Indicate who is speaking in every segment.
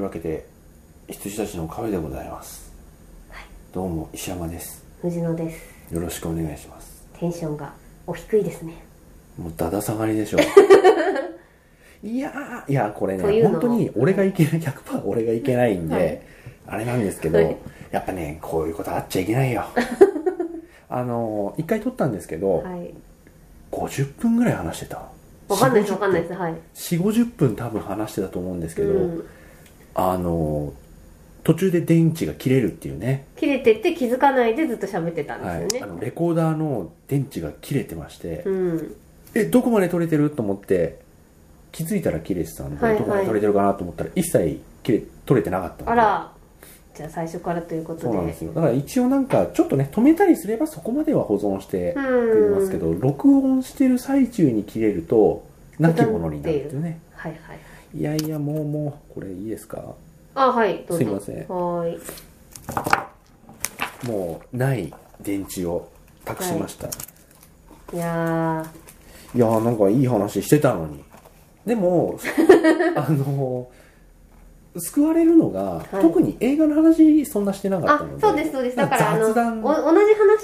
Speaker 1: わけで羊たちのカフェでございます、どうも石山です
Speaker 2: 藤野です
Speaker 1: よろしくお願いします
Speaker 2: テンションがお低いですね
Speaker 1: もうだだ下がりでし ょいやーいやこれ
Speaker 2: とい
Speaker 1: ね
Speaker 2: うのも
Speaker 1: 本当に俺がいけない100%俺がいけないんで、
Speaker 2: はい
Speaker 1: あれなんですけど、
Speaker 2: はい
Speaker 1: やっぱねこういうことあっちゃいけ ないよあの一回撮ったんですけど、
Speaker 2: はい
Speaker 1: 50分ぐらい話してた
Speaker 2: わかんないです
Speaker 1: 40
Speaker 2: わかんないですはい
Speaker 1: 4 5 0分多分話してたと思うんですけど、
Speaker 2: うん、
Speaker 1: あの途中で電池が切れるっていうね、
Speaker 2: 切れてって気づかないでずっと喋ってたん
Speaker 1: はい
Speaker 2: です
Speaker 1: あ
Speaker 2: よね、
Speaker 1: のレコーダーの電池が切れてまして、
Speaker 2: うん
Speaker 1: えどこまで取れてると思って気づいたら切れてたんで、
Speaker 2: はいはい
Speaker 1: どこまで取れてるかなと思ったら一切切れ取れてなかったんで
Speaker 2: あらじゃあ最初からということで
Speaker 1: そうなんですよだから一応なんかちょっとね止めたりすればそこまでは保存して
Speaker 2: う
Speaker 1: くれ
Speaker 2: ん
Speaker 1: ますけど、録音してる最中に切れるとなきものになるっていうね
Speaker 2: はいはい
Speaker 1: いやいやもうもうこれいいですか
Speaker 2: あはいどう
Speaker 1: す
Speaker 2: ぞ
Speaker 1: いません
Speaker 2: はーい
Speaker 1: もうない電池を託しました、
Speaker 2: いやー
Speaker 1: いやーなんかいい話してたのにで もあのー救われるのが、
Speaker 2: はい
Speaker 1: 特に映画の話そんなしてなかった
Speaker 2: あ
Speaker 1: ので
Speaker 2: そうですそうですだからあの
Speaker 1: 雑談
Speaker 2: お同じ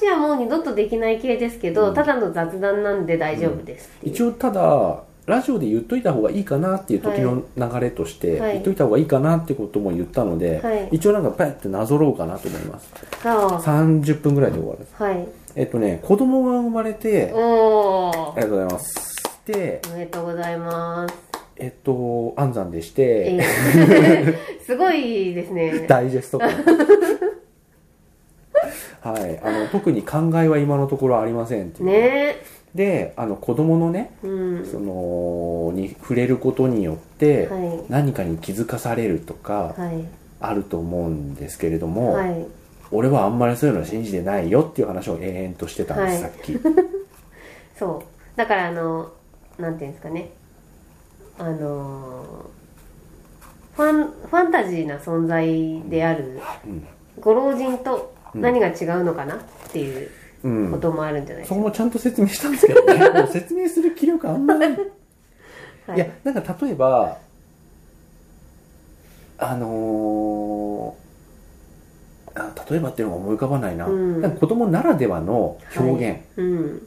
Speaker 2: 話はもう二度とできない系ですけど、
Speaker 1: うん
Speaker 2: ただの雑談なんで大丈夫ですっていう、
Speaker 1: 一応ただラジオで言っといた方がいいかなっていう時の流れとして、
Speaker 2: はい
Speaker 1: 言っといた方がいいかなってことも言ったので、
Speaker 2: はい
Speaker 1: 一応なんかパッてなぞろうかなと思います
Speaker 2: あ
Speaker 1: 30分ぐらいで終わる
Speaker 2: あはい
Speaker 1: えっとね子供が生まれてあ
Speaker 2: おお
Speaker 1: りがとうございますで
Speaker 2: おめでとうございます
Speaker 1: えっと安産でして、
Speaker 2: え ーすごいですね。
Speaker 1: ダイジェスト感はいあの特に考えは今のところありませんっていう
Speaker 2: ね
Speaker 1: であの子供のね
Speaker 2: うん。は
Speaker 1: そのに触れることによって
Speaker 2: い。
Speaker 1: 何かに気づかされるとか
Speaker 2: はい。
Speaker 1: あると思うんですけれども、
Speaker 2: はい。
Speaker 1: 俺はあんまりそういうの信じてないよっていう話を延々としてたんです、
Speaker 2: はい
Speaker 1: さっき
Speaker 2: そう。だから、あの、なんていうんですかね。あのーファン、ファンタジーな存在である、
Speaker 1: うん
Speaker 2: ご老人と
Speaker 1: うん
Speaker 2: 何が違うのかなっていう
Speaker 1: う
Speaker 2: こ
Speaker 1: ん
Speaker 2: ともあるんじゃないで
Speaker 1: そ
Speaker 2: す
Speaker 1: こ
Speaker 2: か。
Speaker 1: もちゃんと説明したんですけど ねもう説明する気力あんまない
Speaker 2: はい
Speaker 1: や、なんか例えばあのーあ例えばっていうのが思い浮かばないな,、
Speaker 2: うん
Speaker 1: なんか子供ならではの表現
Speaker 2: うん。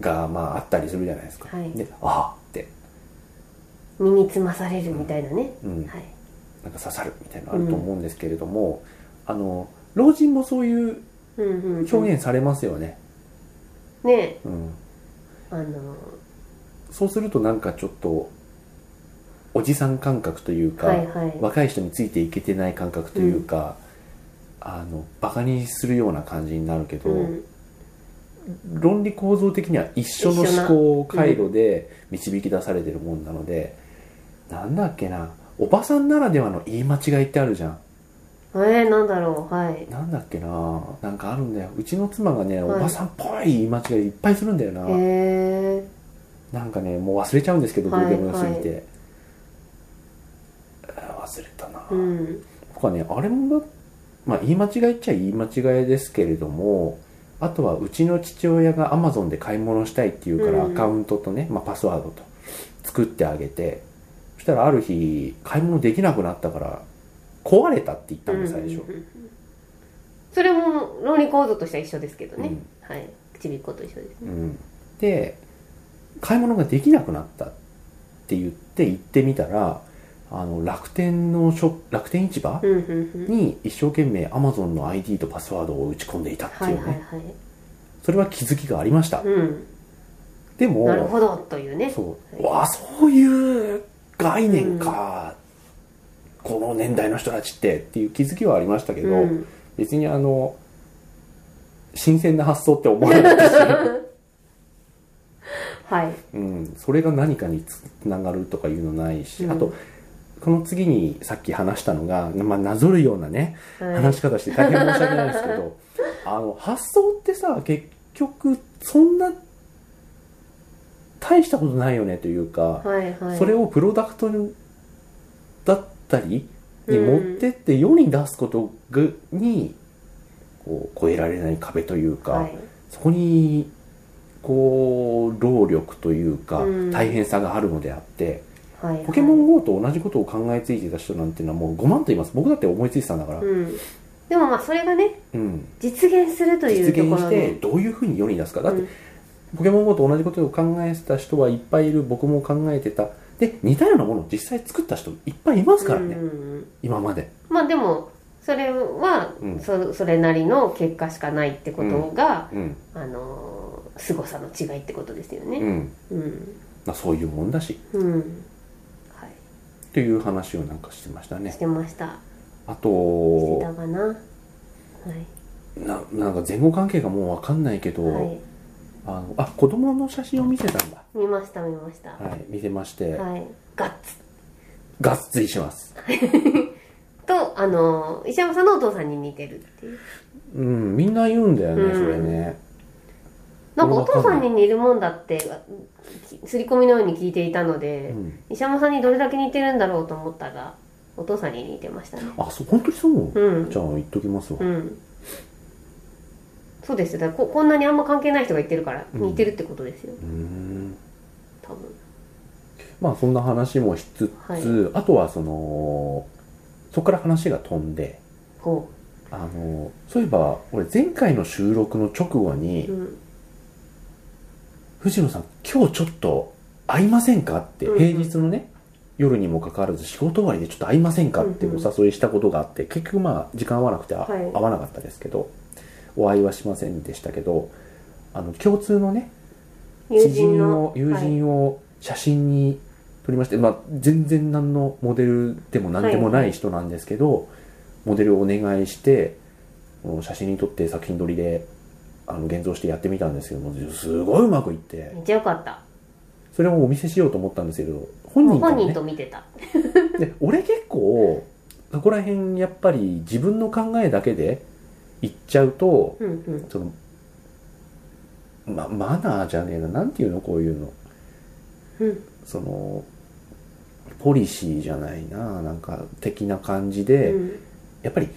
Speaker 1: が、まあ、あったりするじゃないですか、
Speaker 2: はい
Speaker 1: でああって、
Speaker 2: 身につまされるみたいなね。
Speaker 1: うん、
Speaker 2: はい。
Speaker 1: なんか刺さるみたいなのあると思うんですけれども、あの老人もそういう
Speaker 2: うんうん、うん。
Speaker 1: 表現されますよね、
Speaker 2: ね
Speaker 1: うん、
Speaker 2: あの
Speaker 1: そうするとなんかちょっとおじさん感覚という
Speaker 2: ー
Speaker 1: か、
Speaker 2: はいはい。
Speaker 1: 若い人についていけてない感覚というか、あのバカにするような感じになるけど、
Speaker 2: うん。
Speaker 1: 論理構造的には一緒の
Speaker 2: 一緒な
Speaker 1: 思考回路で導き出されてるもんなので、なんだっけなおばさんならではの言い間違いってあるじゃん
Speaker 2: えー、なんだろう。はい。
Speaker 1: なんだっけななんかあるんだようちの妻がね、
Speaker 2: はい
Speaker 1: おばさんっぽい言い間違いいっぱいするんだよな、
Speaker 2: へえ。
Speaker 1: なんかねもう忘れちゃうんですけどど
Speaker 2: はいう
Speaker 1: でもよすぎて、あー忘れたな、
Speaker 2: うん。
Speaker 1: 僕はねあれもだまあ言い間違いっちゃ言い間違いですけれどもあとはうちの父親がアマゾンで買い物したいっていうからア
Speaker 2: うん
Speaker 1: カウントとね、まあ、パスワードと作ってあげてそしたらある日買い物できなくなったから壊れたって言ったんです最初
Speaker 2: うん、うんうんそれも論理構造としては一緒ですけどね、
Speaker 1: うん
Speaker 2: はい口引っこと一緒です
Speaker 1: う
Speaker 2: ね、
Speaker 1: ん、で買い物ができなくなったって言って行ってみたらあの楽天のショップ楽天市場
Speaker 2: うんうんうん
Speaker 1: に一生懸命 Amazon の ID とパスワードを打ち込んでいたってい
Speaker 2: は
Speaker 1: う
Speaker 2: い
Speaker 1: ね、
Speaker 2: はいはい、
Speaker 1: それは気づきがありました、
Speaker 2: うん、
Speaker 1: で
Speaker 2: なる
Speaker 1: も
Speaker 2: ほどというね
Speaker 1: そう、
Speaker 2: はいう
Speaker 1: わあそういう概念か、この年代の人たちってっていう気づきはありましたけど、
Speaker 2: うん、
Speaker 1: 別にあの新鮮な発想って思わなかったし、
Speaker 2: はい
Speaker 1: うん、それが何かにつながるとかいうのないし、
Speaker 2: うん
Speaker 1: あとこの次にさっき話したのが、まあ、なぞるようなね
Speaker 2: はい
Speaker 1: 話し方して大変申し訳ないですけ どあの発想ってさ結局そんな大したことないよねというか、
Speaker 2: はいはい
Speaker 1: それをプロダクトにだったりに持ってって世に出すことがにこう越えられない壁というか、
Speaker 2: はい
Speaker 1: そこにこう労力というか
Speaker 2: うん
Speaker 1: 大変さがあるのであって、
Speaker 2: はいはい
Speaker 1: ポケモン GO と同じことを考えついてた人なんていうのはもう5万と言います僕だって思いついてたんだから、
Speaker 2: うん、でもまあそれがね
Speaker 1: うん、
Speaker 2: 実現するとい
Speaker 1: 実
Speaker 2: うと
Speaker 1: 現
Speaker 2: こ
Speaker 1: し
Speaker 2: ろ
Speaker 1: て
Speaker 2: で
Speaker 1: どういうふうに世に出すかだって、
Speaker 2: うん
Speaker 1: ポケモン GO と同じことを考えてた人はいっぱいいる僕も考えてたで似たようなものを実際作った人いっぱいいますからね、
Speaker 2: うん、
Speaker 1: 今まで
Speaker 2: まあでもそれは
Speaker 1: うん
Speaker 2: そそれなりの結果しかないってことが、
Speaker 1: うん
Speaker 2: あのー凄さの違いってことですよ
Speaker 1: う
Speaker 2: ね
Speaker 1: ん、
Speaker 2: うん
Speaker 1: まあ、そういうもんだし
Speaker 2: うん、はい、
Speaker 1: という話をなんかしてましたね
Speaker 2: してました
Speaker 1: あ
Speaker 2: して
Speaker 1: と
Speaker 2: たかなはい
Speaker 1: ななんか前後関係がもうわかんないけど、
Speaker 2: はい
Speaker 1: あのあ子供の写真を見せたんだ
Speaker 2: 見ました見ましたは
Speaker 1: はい見てまして、
Speaker 2: い、ガッツ
Speaker 1: がっつりします
Speaker 2: とあのー石山さんのお父さんに似てるっていう
Speaker 1: うんみんな言うんだよね、
Speaker 2: うん
Speaker 1: それね
Speaker 2: なんかお
Speaker 1: 俺
Speaker 2: 父
Speaker 1: わか
Speaker 2: さ
Speaker 1: ん
Speaker 2: ん
Speaker 1: ない
Speaker 2: に似るもんだってすり込みのように聞いていたので、
Speaker 1: うん
Speaker 2: 石山さんにどれだけ似てるんだろうと思ったらお父さんに似てましたね
Speaker 1: あそう本当にそう、
Speaker 2: うん
Speaker 1: じゃあ言っときますわ、
Speaker 2: うんそうですよだからここんなにあんま関係ない人が言ってるから
Speaker 1: うん
Speaker 2: 似てるってことですよ、
Speaker 1: うーん
Speaker 2: 多分
Speaker 1: まあそんな話もしつつ、
Speaker 2: はい
Speaker 1: あとはそのそこから話が飛んで
Speaker 2: こ
Speaker 1: あのそういえば俺前回の収録の直後に、
Speaker 2: う、うん、
Speaker 1: 藤野さん今日ちょっと会いませんかって、
Speaker 2: うんうん
Speaker 1: 平日のね夜にもかかわらず仕事終わりでちょっと会いませんかって
Speaker 2: うん
Speaker 1: お
Speaker 2: うん
Speaker 1: 誘いしたことがあって、結局まあ時間合わなくて、あ
Speaker 2: はい
Speaker 1: 会わなかったですけどお会いはしませんでしたけどあの共通のね
Speaker 2: 友
Speaker 1: 知
Speaker 2: 人の
Speaker 1: を友人を写真に撮りまして、まあ、全然何のモデルでも何でもない人なんですけど、モデルをお願いしてこの写真に撮って作品撮りであの現像してやってみたんですけどもすごいうまくいって。
Speaker 2: はいめっちゃ良かった、
Speaker 1: それもお見せしようと思ったんですけど本人から
Speaker 2: 本人
Speaker 1: ね
Speaker 2: と見てた
Speaker 1: で俺結構そこら辺やっぱり自分の考えだけで言っちゃうと
Speaker 2: うんうん
Speaker 1: そのまマナーじゃねえななんていうのこういうの
Speaker 2: うん
Speaker 1: そのポリシーじゃないななんか的な感じで、
Speaker 2: うん
Speaker 1: やっぱり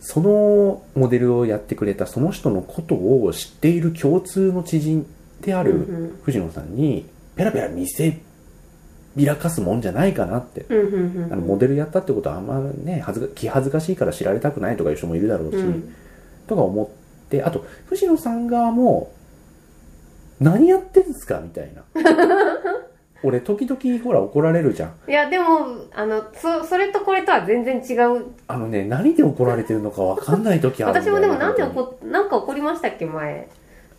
Speaker 1: そのモデルをやってくれたその人のことを知っている共通の知人である、
Speaker 2: うん
Speaker 1: 藤野さんにペラペラ見せびらかすもんじゃないかなって、
Speaker 2: うんうんうんうん
Speaker 1: あのモデルやったってことはあんまね恥ずか気恥ずかしいから知られたくないとかいう人もいるだろうし、
Speaker 2: うん
Speaker 1: とか思ってあと藤野さん側も何やってんすかみたい な俺時々ほら怒られるじゃん
Speaker 2: いやでもあのそそれとこれとは全然違う
Speaker 1: あのね何で怒られてるのか分かんない時あるんだ
Speaker 2: 私
Speaker 1: よ
Speaker 2: も
Speaker 1: ね
Speaker 2: でもなんで
Speaker 1: 本
Speaker 2: 怒っなんか怒りましたっけ前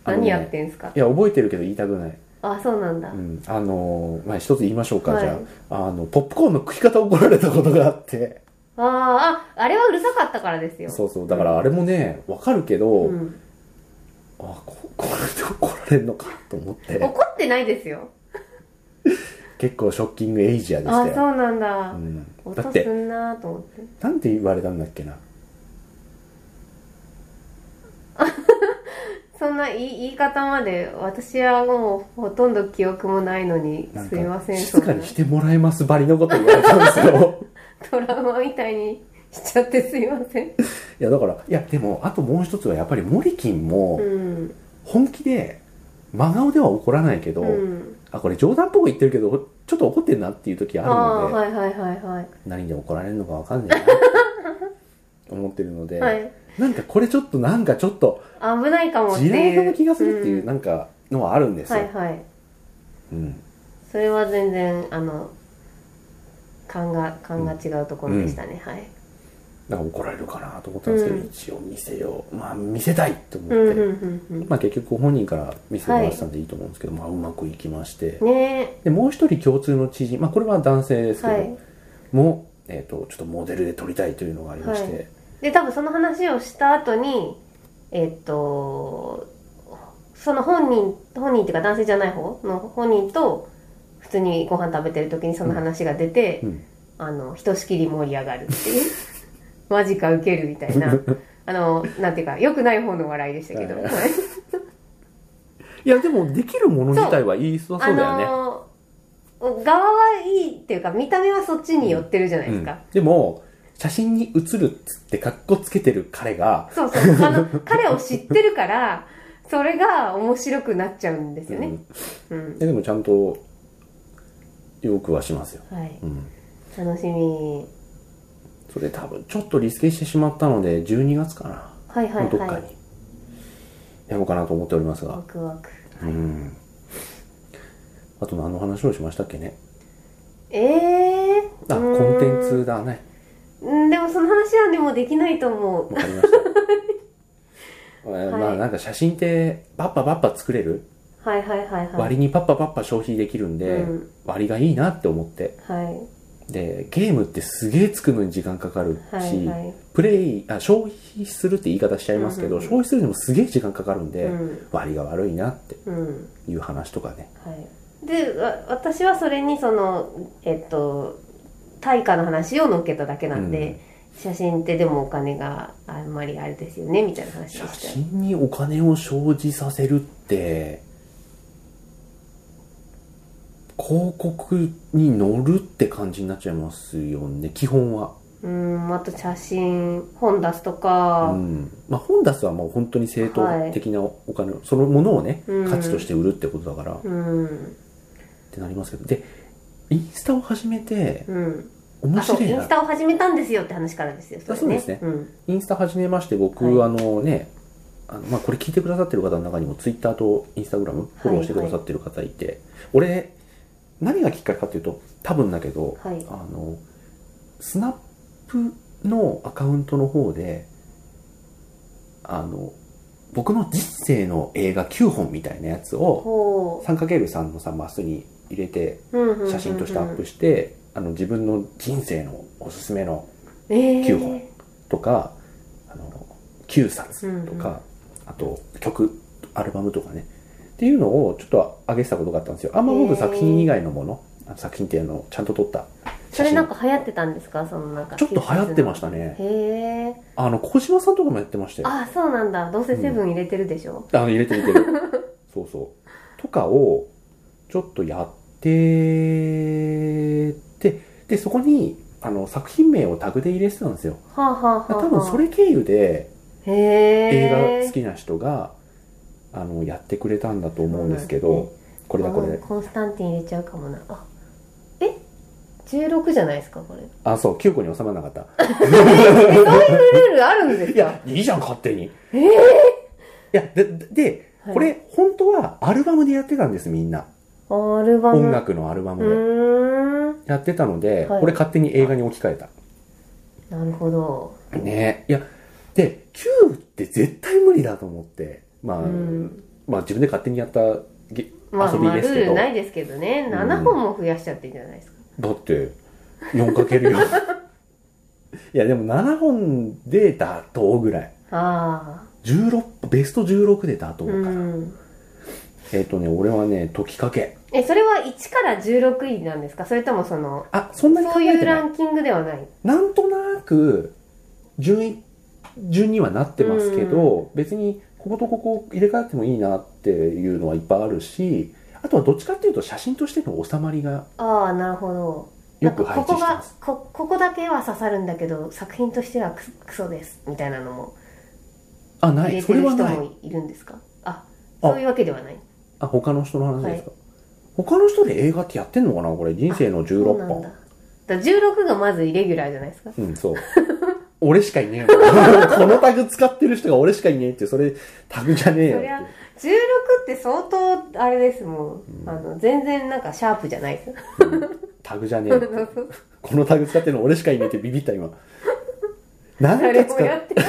Speaker 1: あの
Speaker 2: 何
Speaker 1: ね
Speaker 2: やってんすか
Speaker 1: 当にいや覚えてるけど言いたくない、
Speaker 2: あそうなんだ、
Speaker 1: うん、あのまあ一つ言いましょうか、
Speaker 2: はい
Speaker 1: じゃああのポップコーンの食い方怒られたことがあって
Speaker 2: あーああれはうるさかったからですよ
Speaker 1: そうそうだからあれもねわかるけど、
Speaker 2: うん
Speaker 1: あここれで怒られるのかと思って
Speaker 2: 怒ってないですよ
Speaker 1: 結構ショッキングエイジアで
Speaker 2: あ
Speaker 1: し
Speaker 2: あ
Speaker 1: た
Speaker 2: そう
Speaker 1: よ、
Speaker 2: なんだ、
Speaker 1: うん、だっ
Speaker 2: 音
Speaker 1: て
Speaker 2: すんなーと思って
Speaker 1: なんて言われたんだっけな
Speaker 2: そんな言い言い方まで私はもうほとんど記憶もないのに
Speaker 1: なん
Speaker 2: すいません
Speaker 1: 静かにし
Speaker 2: そ
Speaker 1: てもらえますばりのこと言われたんですよ
Speaker 2: んなトラウマみたいにしちゃってすいません
Speaker 1: いやだからいやでもあともう一つはやっぱりモリキンも
Speaker 2: うん
Speaker 1: 本気で真顔では怒らないけど、
Speaker 2: うん
Speaker 1: あこれ冗談っぽく言ってるけどちょっと怒ってんなっていう時あ
Speaker 2: あ
Speaker 1: るの
Speaker 2: あ
Speaker 1: で、
Speaker 2: はいはいはいはい
Speaker 1: 何で怒られるのかわかんないな思ってる ので、
Speaker 2: はい
Speaker 1: なんかこれちょっとなんかちょっと
Speaker 2: 危ないかもってい
Speaker 1: 地
Speaker 2: う
Speaker 1: 雷の気がするっていううんなんかのはあるんですよ、
Speaker 2: はいはい
Speaker 1: うん、
Speaker 2: それは全然あの勘が勘が違うところでしたね、はい
Speaker 1: なんか怒られるかなと思ったんですけど、
Speaker 2: うん
Speaker 1: 一応見せようまあ見せたいと思って、
Speaker 2: うんうんうん
Speaker 1: まあ、結局本人から見せてもらってたんでいいと思うんですけど、まあ、うまくいきまして
Speaker 2: うんね
Speaker 1: でもう一人共通の知人、まあ、これは男性ですけ
Speaker 2: え
Speaker 1: ど、
Speaker 2: はい
Speaker 1: も、えー、とちょっとモデルで撮りたいというのがありまして、
Speaker 2: はで多分その話をした後にえっとその本人本人っていうか男性じゃない方の本人と普通にご飯食べてる時にその話が出て、
Speaker 1: うん
Speaker 2: あのひとしきり盛り上がるっていう マジかウケるみたい なあのなんていうか良くない方の笑いでしたけど、
Speaker 1: はい
Speaker 2: はい
Speaker 1: いやでもできるもの自体はいいそうだ
Speaker 2: あ
Speaker 1: よね、
Speaker 2: の側はいいっていうか見た目はそっちに寄ってるじゃないです
Speaker 1: う
Speaker 2: か、
Speaker 1: ん、でも写真に写るっつってかっこつけてる彼が、
Speaker 2: そうそう。あの、彼を知ってるから、それが面白くなっちゃうんですよ
Speaker 1: う
Speaker 2: ね
Speaker 1: ん。
Speaker 2: うん。
Speaker 1: ででもちゃんとよくはしますよ。
Speaker 2: はい
Speaker 1: うん。
Speaker 2: 楽しみ
Speaker 1: それ多分ちょっとリスケしてしまったので、12月かな。
Speaker 2: はいはい
Speaker 1: のどっか
Speaker 2: は
Speaker 1: に
Speaker 2: い。
Speaker 1: やろうかなと思っておりますが
Speaker 2: ワ。クワク
Speaker 1: うん。あと何の話をしましたっけね。
Speaker 2: ええー、
Speaker 1: あ、コ
Speaker 2: うーん
Speaker 1: ンテンツだね。
Speaker 2: うんでもその話はでもできないと思う
Speaker 1: わかりま した。えー
Speaker 2: はい
Speaker 1: まあなんか写真ってバッパバッパ作れる、
Speaker 2: はいはいはいはい
Speaker 1: 割にパッパパッパ消費できるんで、
Speaker 2: うん
Speaker 1: 割がいいなって思って
Speaker 2: はい
Speaker 1: でゲームってすげえ作るのに時間かかるし、
Speaker 2: はいはい
Speaker 1: プレイあ消費するって言い方しちゃいますけど、
Speaker 2: うんうんうん
Speaker 1: 消費するにもすげえ時間かかるんで、
Speaker 2: うん
Speaker 1: 割が悪いなって
Speaker 2: うん
Speaker 1: いう話とかね
Speaker 2: はいでわ私はそれにそのえっと対価の話を乗っけただけなんで、写真ってでもお金があんまりあれですよねみたいな話
Speaker 1: 写
Speaker 2: でしたよ
Speaker 1: 真にお金を生じさせるって広告に乗るって感じになっちゃいますよね基本は
Speaker 2: うんあと写真本出すと
Speaker 1: う
Speaker 2: か、
Speaker 1: んまあ、本出すはもう本当に正当的なお金、そのものをね
Speaker 2: うん
Speaker 1: 価値として売るってことだから、っ
Speaker 2: うん
Speaker 1: てなりますけどでインスタを始めて
Speaker 2: うん、
Speaker 1: 面
Speaker 2: あそう
Speaker 1: 白い
Speaker 2: イ
Speaker 1: な
Speaker 2: ンスタを始めたんですよって話からですよ
Speaker 1: あそうですね
Speaker 2: うん、
Speaker 1: インスタ始めまして僕、
Speaker 2: は
Speaker 1: あ
Speaker 2: い
Speaker 1: のねあのまあ、これ聞いてくださってる方の中にもツイッターとインスタグラムフォローしてくださってる方いて、俺何がきっかけかっていうと多分だけど、
Speaker 2: はい
Speaker 1: あのスナップのアカウントの方であの僕の人生の映画9本みたいなやつを
Speaker 2: ほ
Speaker 1: 3×3 のさマスに入れて
Speaker 2: ううんうんうんうん
Speaker 1: 写真としてアップして、あの自分の人生のおすすめの
Speaker 2: ええ
Speaker 1: 9本とか、あの9冊とか、
Speaker 2: うん
Speaker 1: あと曲アルバムとかねっていうのをちょっと上げてたことがあったんですよあんま僕
Speaker 2: へー
Speaker 1: 作品以外のものあの作品っていうのちゃんと撮った写
Speaker 2: それ
Speaker 1: 真
Speaker 2: なんか流行ってたんですかそのなんか
Speaker 1: ちょっと流行ってま
Speaker 2: し
Speaker 1: したね
Speaker 2: へえ
Speaker 1: あの小島さんとかもやってましたよ
Speaker 2: あそうなんだどうせセブン入れてるでしょ、
Speaker 1: あの入れて入れ てるそうそうとかをちょっとやっててでそこにあの作品名をタグで入れてたんですよ
Speaker 2: はあはあはあ
Speaker 1: 多
Speaker 2: はあ
Speaker 1: 分それ経由で
Speaker 2: へ
Speaker 1: 映画好
Speaker 2: え
Speaker 1: きな人が、あのやってくれたんだと思うんですけど、
Speaker 2: そうなんで
Speaker 1: これだこれ
Speaker 2: コンスタンティン入れちゃうかもなあえ16じゃないですかこれ
Speaker 1: あそう9個に収まらなかった
Speaker 2: えそういうルールあるんです
Speaker 1: い
Speaker 2: か
Speaker 1: やいいじゃん勝手にい
Speaker 2: ええ
Speaker 1: やでで
Speaker 2: はい
Speaker 1: これ本当はアルバムでやってたんですみんな
Speaker 2: アルバム
Speaker 1: 音楽のアルバ
Speaker 2: う
Speaker 1: ムで、
Speaker 2: ーん
Speaker 1: やってたので、
Speaker 2: はい
Speaker 1: これ勝手に映画に置き換えた
Speaker 2: なるほど
Speaker 1: ねいや、で、9って絶対無理だと思って、まあ、
Speaker 2: うん
Speaker 1: まあ自分で勝手にやったげ、
Speaker 2: まあ
Speaker 1: 遊び
Speaker 2: まあ
Speaker 1: で
Speaker 2: ル
Speaker 1: すけ
Speaker 2: ー
Speaker 1: ど、
Speaker 2: ルないですけどね
Speaker 1: ん
Speaker 2: 7本も増やしちゃっていいんじゃないですか
Speaker 1: だって、4かける よ。いや、でも7本で妥当ぐらい。
Speaker 2: あ
Speaker 1: 16、ベスト16で妥
Speaker 2: あ
Speaker 1: 当か
Speaker 2: う
Speaker 1: な。
Speaker 2: ん
Speaker 1: えっ、とね、俺はね、解きかけ。
Speaker 2: えそれは1から16位なんですかそれともその
Speaker 1: あ、そんなに
Speaker 2: そ
Speaker 1: 考
Speaker 2: う
Speaker 1: え
Speaker 2: いう
Speaker 1: てない
Speaker 2: ラ。ンキングではない
Speaker 1: なんとなく、順位、順にはなってますけど、別に、こことここ入れ替えてもいいなっていうのはいっぱいあるし、あとはどっちかっていうと写真としての収まりが
Speaker 2: ああなるほど
Speaker 1: よく
Speaker 2: なん
Speaker 1: 配置
Speaker 2: か
Speaker 1: し
Speaker 2: ここ
Speaker 1: てま
Speaker 2: が
Speaker 1: す。
Speaker 2: こここだけは刺さるんだけど作品としてはククソですみたいなのも
Speaker 1: あ、な
Speaker 2: 入
Speaker 1: い。
Speaker 2: れ
Speaker 1: そ
Speaker 2: て
Speaker 1: れ
Speaker 2: る
Speaker 1: は
Speaker 2: 人
Speaker 1: ない。
Speaker 2: もいるんですかあそういうわけではない
Speaker 1: あ、他の人の話ですか。他の人で映画ってやってんのかなこれ人生の16
Speaker 2: そうなん
Speaker 1: 本
Speaker 2: だ。だから16がまずイレギュラーじゃないですか
Speaker 1: うん、 そう。俺しかいねえもん このタグ使ってる人が俺しかいねえって、それタグじゃねえよっ
Speaker 2: そりゃ
Speaker 1: て。
Speaker 2: 16って相当あれですもん、あの全然なんかシャープじゃないです
Speaker 1: タグじゃねえって。このタグ使ってるの俺しかいねえってビビった今。何
Speaker 2: 誰
Speaker 1: 回
Speaker 2: も
Speaker 1: 使
Speaker 2: や
Speaker 1: う
Speaker 2: ってない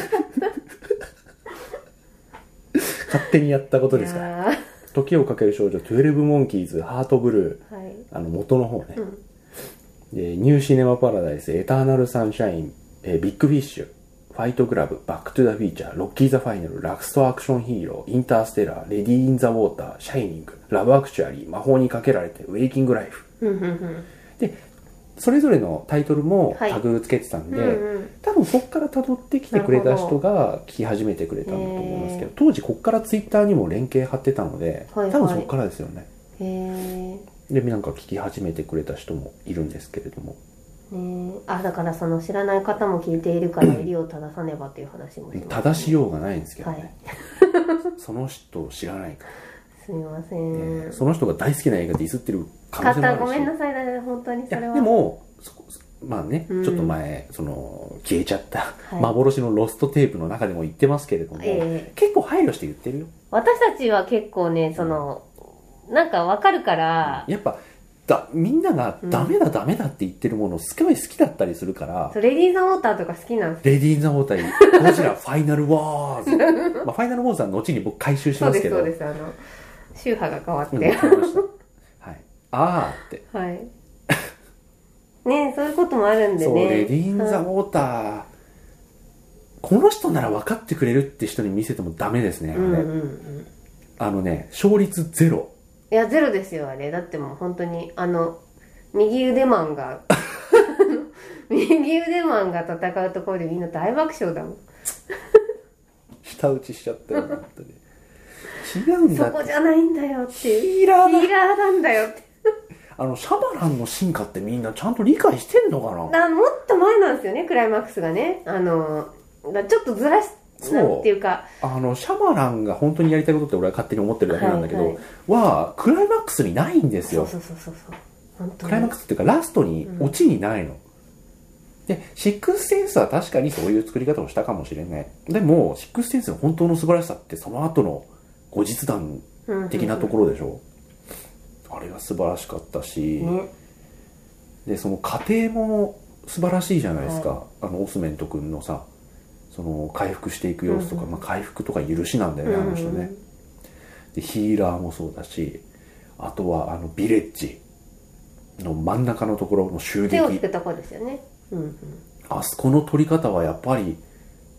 Speaker 1: 勝手にやったことですから。
Speaker 2: なー
Speaker 1: 時をかける少女12モンキーズハートブル
Speaker 2: はい
Speaker 1: ーあの元の方ね、でニューシネマパラダイスエターナルサンシャイン、えービッグフィッシュファイトクラブバックトゥザフィーチャーロッキーザファイナルラクストアクションヒーローインターステラーレディー・イン・ザ・ウォーターシャイニングラブ・アクチュアリー魔法にかけられてウェイキング・ライフ
Speaker 2: うんうんうん
Speaker 1: でそれぞれのタイトルも
Speaker 2: はい
Speaker 1: タグつけてたんで、
Speaker 2: うんうん
Speaker 1: 多分そこから辿ってきてくれた人が聞き始めてくれたんだと思いますけど当時こっからツイッターにも連携貼ってたので、
Speaker 2: はいはい
Speaker 1: 多分そこからですよね
Speaker 2: へえ
Speaker 1: でなんか聞き始めてくれた人もいるんですけれども
Speaker 2: ねえあだからその知らない方も聞いているから襟を正さねばという話もします
Speaker 1: 正しようがないんですけどね、
Speaker 2: はい
Speaker 1: その人を知らないから
Speaker 2: そうすみませ
Speaker 1: え
Speaker 2: ん、
Speaker 1: ーその人が大好きな映画ディスってる可能性もあ
Speaker 2: 方
Speaker 1: るし
Speaker 2: ごめんなさいだけど本当に
Speaker 1: い
Speaker 2: そ
Speaker 1: や
Speaker 2: れは
Speaker 1: でもそこまあね、
Speaker 2: うん
Speaker 1: ちょっと前その消えちゃった、
Speaker 2: い
Speaker 1: 幻のロストテープの中でも言ってますけれども、
Speaker 2: ええ
Speaker 1: 結構配慮して言ってるよ
Speaker 2: 私たちは結構ねそのなんかわかるから、
Speaker 1: やっぱだみんながダメだ、ダメだって言ってるものすごい好きだったりするから、
Speaker 2: そうレディー・ザ・ウォーターとか好きなんです
Speaker 1: レディー・インザ・ウォーターゴジラファイナル・ワー ズ、まあ、ファイナル・ウォーズは後に僕回収し
Speaker 2: そう
Speaker 1: ま
Speaker 2: ですす
Speaker 1: けど
Speaker 2: そうですあの宗派が変わって、
Speaker 1: うんわかりましたはい、あーって
Speaker 2: はいねそういうこともあるんでね
Speaker 1: そう、レディーン・ザ・ウ
Speaker 2: はい
Speaker 1: ォーター、この人なら分かってくれるって人に見せてもダメですね、あ
Speaker 2: うん
Speaker 1: れ
Speaker 2: うんうん
Speaker 1: あのね、勝率ゼロ。
Speaker 2: いやゼロですよあれだってもう本当にあの右腕マ ンが右腕マンが戦うところでみんな大爆笑だもん
Speaker 1: 舌打ちしちゃった よ、本当に。違うん
Speaker 2: そ
Speaker 1: だ
Speaker 2: こ
Speaker 1: って。
Speaker 2: じゃないんだよってい
Speaker 1: ヒ
Speaker 2: う
Speaker 1: ーラ
Speaker 2: ヒ
Speaker 1: ー
Speaker 2: ーラーなんだよって
Speaker 1: だ。あの、シャバランの進化ってみんなちゃんと理解してんのかな
Speaker 2: あもっと前なんですよねクライマックスがねあのだちょっとずらし
Speaker 1: そう
Speaker 2: なんていうか
Speaker 1: あの、シャバランが本当にやりたいことって俺は勝手に思ってるだけなんだけど、
Speaker 2: は
Speaker 1: はい
Speaker 2: はい
Speaker 1: クライマックスにないんです
Speaker 2: そう
Speaker 1: よ。
Speaker 2: そうそうそうそう本当
Speaker 1: クライマックスっていうか、ラストに
Speaker 2: うん
Speaker 1: オチにないの。で、シックスセンスは確かにそういう作り方をしたかもしれない。でも、シックスセンスの本当の素晴らしさってその後の後日談
Speaker 2: ス
Speaker 1: 的なところでしょ、あれが素晴らしかったし、
Speaker 2: ね
Speaker 1: でその家庭も素晴らしいじゃないですか、あのオスメント君のさその回復していく様子とか、
Speaker 2: うんうん
Speaker 1: まあ、回復とか許しなんだよね、あの人ねでヒーラーもそうだしあとはあのビレッジの真ん中のところの襲
Speaker 2: 手をつ
Speaker 1: 撃
Speaker 2: くとこですよねうんうん
Speaker 1: あそこの撮り方はやっぱり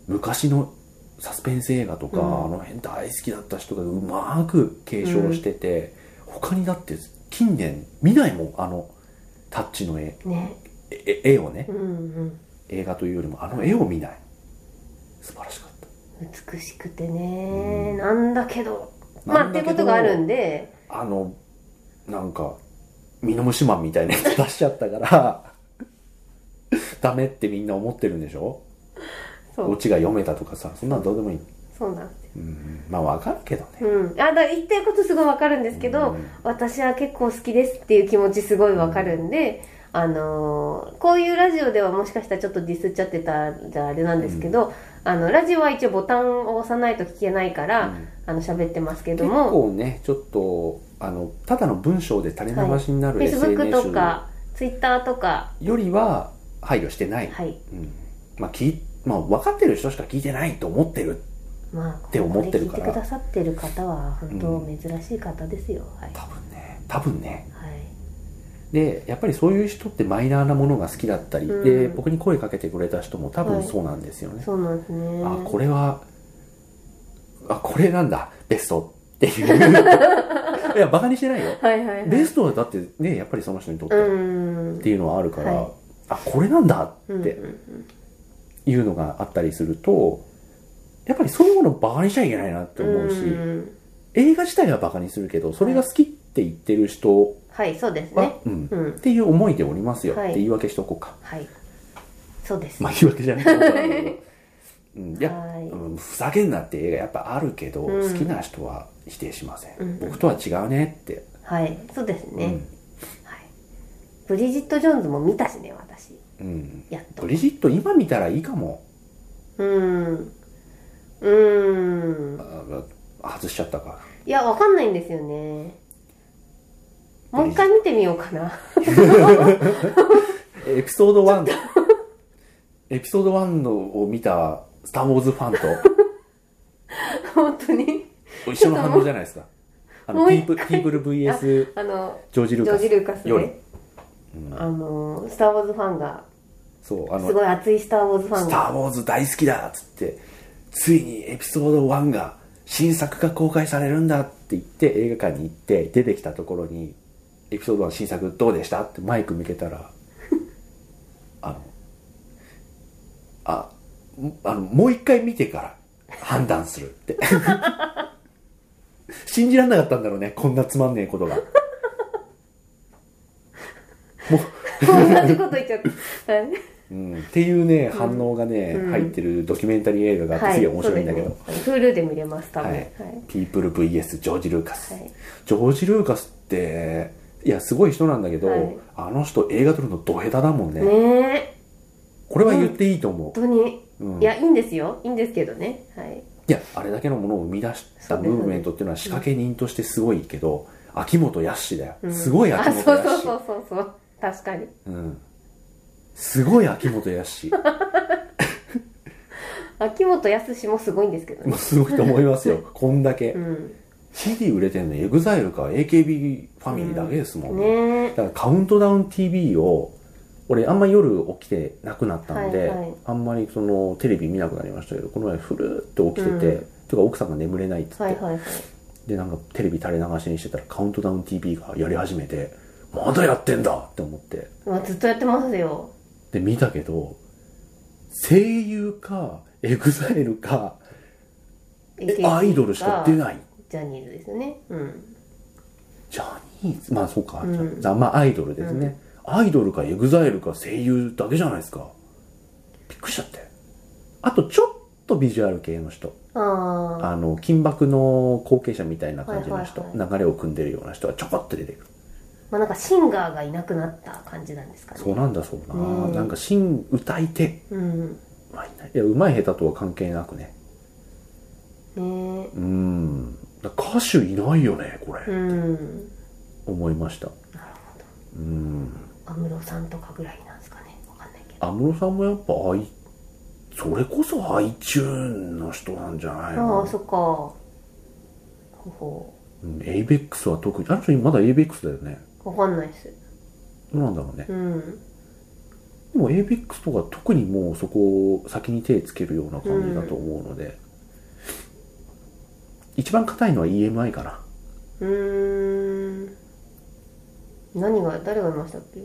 Speaker 1: 昔のサスペンス映画とか、
Speaker 2: うん
Speaker 1: あの辺大好きだった人がうまく継承してて、他にだって近年見ないもんあのタッチの絵
Speaker 2: ね
Speaker 1: 絵絵をね
Speaker 2: うんうん
Speaker 1: 映画というよりもあの絵を見ない素晴らしかっ
Speaker 2: 美しくてね、
Speaker 1: うん
Speaker 2: なんだけど
Speaker 1: た
Speaker 2: まあっていうことがあるん
Speaker 1: で
Speaker 2: で
Speaker 1: あのなんかミノムシマンみたいなやつ出しちゃったから ダメってみんな思ってるんでしょ
Speaker 2: そ
Speaker 1: オ
Speaker 2: う
Speaker 1: チが読めたとかさそんなのどうでもいい、
Speaker 2: そうなんですよ
Speaker 1: うん、まあわかるけどね
Speaker 2: うん、あだから言ってることすごいわかるんですけど、
Speaker 1: うん
Speaker 2: 私は結構好きですっていう気持ちすごいわかるんで、あのーこういうラジオではもしかしたらちょっとディスっちゃってたじゃあれなんですけど、あのラジオは一応ボタンを押さないと聞けないから、
Speaker 1: うん
Speaker 2: あの喋ってますけど
Speaker 1: 結
Speaker 2: も
Speaker 1: 構ねちょっとあのただの文章で垂れ流しになる
Speaker 2: Facebook と
Speaker 1: SNS
Speaker 2: か Twitter とか
Speaker 1: よりは配慮してない、
Speaker 2: はい
Speaker 1: うんまあ聞いまあ、分かってる人しか聞いてないと思ってる
Speaker 2: まあ
Speaker 1: って思ってるから
Speaker 2: これ聞いてくださってる方は本当珍しい方ですよ、はい、
Speaker 1: 多分ね多分ね
Speaker 2: はい
Speaker 1: でやっぱりそういう人ってマイナーなものが好きだったり、
Speaker 2: うん
Speaker 1: で僕に声かけてくれた人も多分そうなんですよね、
Speaker 2: そうなんですね。
Speaker 1: あこれはあこれなんだベストっていう いやバカにしてないよ
Speaker 2: はいはいはい。
Speaker 1: ベストはだってねやっぱりその人にとって
Speaker 2: う
Speaker 1: っ
Speaker 2: ん。
Speaker 1: ていうのはあるから、
Speaker 2: はい
Speaker 1: あこれなんだ
Speaker 2: うん
Speaker 1: っ
Speaker 2: うん
Speaker 1: ていうのがあったりするとやっぱりそういうものをバカにしちゃいけないなって思うし、
Speaker 2: ん
Speaker 1: 映画自体はバカにするけどそれが好きって言ってる人
Speaker 2: はい、そうです
Speaker 1: は、
Speaker 2: ね。
Speaker 1: うん、
Speaker 2: う
Speaker 1: っ
Speaker 2: ん。
Speaker 1: ていう思いでおりますよ、
Speaker 2: は
Speaker 1: っ
Speaker 2: い
Speaker 1: て言い訳しとこうか
Speaker 2: はい。そうです。
Speaker 1: まあ言い訳じゃないかもわからないけ どうん、いや、
Speaker 2: はい
Speaker 1: うん、ふざけんなって映画やっぱあるけど、
Speaker 2: うん
Speaker 1: 好きな人は否定しません、
Speaker 2: うん
Speaker 1: 僕とは違うねって、
Speaker 2: はい。そうですね。はい。ブリジット・ジョーンズも見たしね、私。
Speaker 1: うんうん、
Speaker 2: やっと
Speaker 1: ブ。リジット今見たらいいかも
Speaker 2: うん。うん。
Speaker 1: あ外しちゃったか
Speaker 2: いや、わかんないんですよね。もう一回見てみようかな。
Speaker 1: エピソード1エピソード1のを見た「スター・ウォーズ」ファン
Speaker 2: 本当に。
Speaker 1: と一緒の反応じゃないですかあ
Speaker 2: も
Speaker 1: の
Speaker 2: う
Speaker 1: ピ
Speaker 2: 一
Speaker 1: ープピープル VS
Speaker 2: あの、
Speaker 1: ジョージ・
Speaker 2: ジ
Speaker 1: ルー
Speaker 2: ョー
Speaker 1: カ
Speaker 2: ジ・
Speaker 1: ス
Speaker 2: ルーカス
Speaker 1: より
Speaker 2: ね。あの、スター・ウォーズファンが、
Speaker 1: そうあの
Speaker 2: すごい熱いスター・ウォーズファン
Speaker 1: ス
Speaker 2: が
Speaker 1: タ。ー・ウォーズ大好きだっつって、ついにエピソード1が、新作が公開されるんだって言って、映画館に行って、出てきたところに、エピソード1新作どうでしたってマイク向けた ら、あの、あ、んあの、もう一回見てから判断する って。信じられなかったんだろうね、こんなつまんねえことが。も
Speaker 2: 同じこと言っちゃった。はい。
Speaker 1: うん、っていうね、反応がね、
Speaker 2: うん
Speaker 1: 入ってるドキュメンタリー映画があって、すげえ面白いんだけど、
Speaker 2: そうですね、Hulu で見れます多分
Speaker 1: は
Speaker 2: はいい、はい
Speaker 1: ピープル VS ジョージ・ルーカス、ジョージ・ルーカスっていやすごい人なんだけど、
Speaker 2: はい
Speaker 1: あの人映画撮るのド下手だもんね
Speaker 2: ねえ
Speaker 1: これは言っていいと思
Speaker 2: 本当に、
Speaker 1: う、うん
Speaker 2: いやいいんですよいいんですけどねはい
Speaker 1: いやあれだけのものを生み出したムーブメントっていうのは仕掛け人としてすごいけど、秋元康だよ、
Speaker 2: うん
Speaker 1: すごい秋
Speaker 2: あ
Speaker 1: 元
Speaker 2: そう
Speaker 1: 康
Speaker 2: そうそうそうそう確かに
Speaker 1: うん、すごい秋元康
Speaker 2: 秋元康もすごいんですけど
Speaker 1: もう
Speaker 2: ね
Speaker 1: すごいと思いますよこんだけ、
Speaker 2: うん、
Speaker 1: CD 売れてんの EXILE か AKB ファミリーだけですもんね、
Speaker 2: ねえ
Speaker 1: だからカウントダウン TV を俺あんま夜起きてなくなったんで、
Speaker 2: はいはい
Speaker 1: あんまりそのテレビ見なくなりましたけどこの前ふるって起きてて、
Speaker 2: うん
Speaker 1: とか奥さんが眠れないっつって、
Speaker 2: はいはいはい
Speaker 1: でなんかテレビ垂れ流しにしてたらカウントダウン TV がやり始めてまだやってんだって思って
Speaker 2: うわずっとやってますよ
Speaker 1: で見たけど声優か EXILE かえ
Speaker 2: AKB
Speaker 1: アイドルしか出
Speaker 2: い
Speaker 1: ない
Speaker 2: ジャニーズですよねうん
Speaker 1: ジャニーズまあそうか、
Speaker 2: うん
Speaker 1: じゃあまあアイドルですね、アイドルかエグザイルか声優だけじゃないですかびっくりしちゃってあとちょっとビジュアル系の人
Speaker 2: あ
Speaker 1: あの金箔の後継者みたいな感じの人、
Speaker 2: はいは
Speaker 1: 流れを組んでるような人がちょこっと出てくる
Speaker 2: あまあなんかシンガーがいなくなった感じなんですかね
Speaker 1: そうなんだそうな、
Speaker 2: うん
Speaker 1: なんか新歌い手
Speaker 2: うん
Speaker 1: まあいないいやうまい下手とは関係なくね
Speaker 2: ね
Speaker 1: うんだから歌手いないよねこれ、
Speaker 2: えうん
Speaker 1: 思いました
Speaker 2: なるほど
Speaker 1: うん
Speaker 2: 安室さんとかぐらいなんですかねわかんないけど
Speaker 1: 安室さんもやっぱアイそれこそ iTune の人なんじゃない
Speaker 2: あ
Speaker 1: の
Speaker 2: あそっかほほ
Speaker 1: うん、ABEX は特にあの人まだ ABEX だよね
Speaker 2: わかんないです
Speaker 1: どうなんだろうね
Speaker 2: うん
Speaker 1: でも ABEX とか特にもうそこを先に手つけるような感じだと思うので、一番硬いのは EMI かな
Speaker 2: うーん何が誰がいましたっけ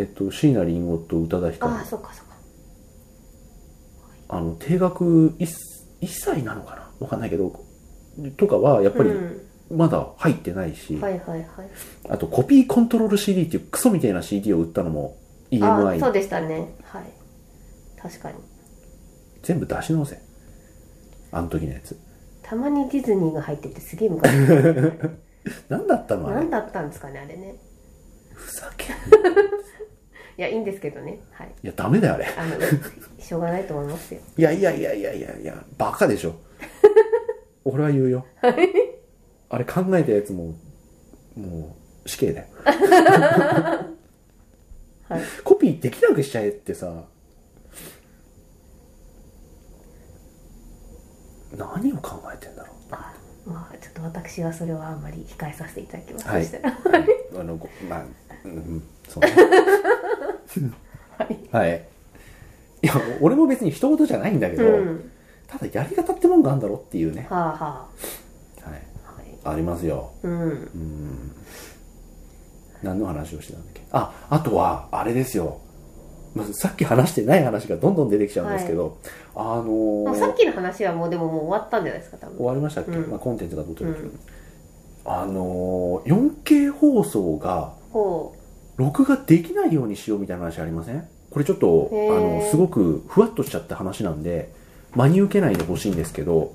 Speaker 1: えっと椎名林檎と宇多田ヒカル
Speaker 2: ああ
Speaker 1: あ
Speaker 2: そっかそっか
Speaker 1: の定額 1, 1歳なのかなわかんないけどとかはやっぱり
Speaker 2: うん
Speaker 1: まだ入ってないし、
Speaker 2: はいはいはい
Speaker 1: あとコピーコントロール CD っていうクソみたいな CD を売ったのも EMI
Speaker 2: あそうでしたねはい確かに
Speaker 1: 全部出し直せあの時のやつ
Speaker 2: たまにディズニーが入っててすげえ昔
Speaker 1: 何だったのあれ
Speaker 2: 何だったんですかねあれね
Speaker 1: ふざけんない
Speaker 2: いやいいんですけどねはい
Speaker 1: やダメだよあれ
Speaker 2: あの しょうがないと思いますよ
Speaker 1: いやいやいやいやいやいやバカで しょ俺は言うよあれ考えたやつももう死刑だよ
Speaker 2: はい
Speaker 1: コピーできなくしちゃえってさ何を考えてんだろう
Speaker 2: あまあちょっと私はそれはあんまり控えさせていただきます、
Speaker 1: はい
Speaker 2: そしたら
Speaker 1: あのごまあうんそうね はいいや俺も別に人事じゃないんだけ
Speaker 2: う
Speaker 1: ど、
Speaker 2: ん
Speaker 1: ただやり方ってもんがあるんだろうっていうね、
Speaker 2: はあは
Speaker 1: はい、
Speaker 2: あはい
Speaker 1: ありますよ
Speaker 2: うん
Speaker 1: うん何の話をしてたんだっけああとはあれですよまずさっき話してない話がどんどん出てきちゃうんですけど、あのー
Speaker 2: もうさっきの話はもうでももう終わったんじゃないですか多分
Speaker 1: 終わりましたっけ、
Speaker 2: うん
Speaker 1: まあ、コンテンツがどうと
Speaker 2: う
Speaker 1: る
Speaker 2: ん
Speaker 1: あのー 4K 放送が
Speaker 2: ほ
Speaker 1: 録画できないようにしようみたいな話ありませんこれちょっとあ
Speaker 2: へー
Speaker 1: のすごくふわっとしちゃった話なんで真に受けないでほしいんですけど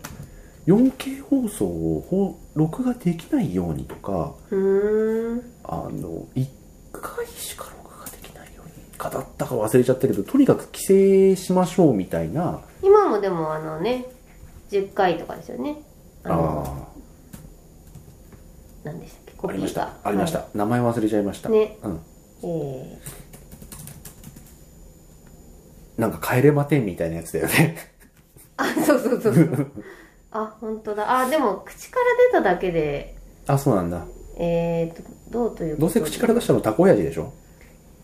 Speaker 1: 4K 放送をほ録画できないようにとか
Speaker 2: ううーん
Speaker 1: あの1回しか録画できないようにかだったか忘れちゃったけどとにかく規制しましょうみたいな
Speaker 2: 今もでもあのね10回とかですよねあの
Speaker 1: あ
Speaker 2: 何でしたっけコ
Speaker 1: ああ
Speaker 2: ピ
Speaker 1: りまし
Speaker 2: ー
Speaker 1: た
Speaker 2: が
Speaker 1: ありました、
Speaker 2: はい
Speaker 1: 名前忘れちゃいました、
Speaker 2: ね
Speaker 1: うん、
Speaker 2: えー
Speaker 1: なんか帰れまてんみたいなやつだよね
Speaker 2: あそうそうそうそうあ本当だあでも口から出ただけで
Speaker 1: あそうなんだ
Speaker 2: えー、とどうという
Speaker 1: どうせ口から出したのタコ親父でしょ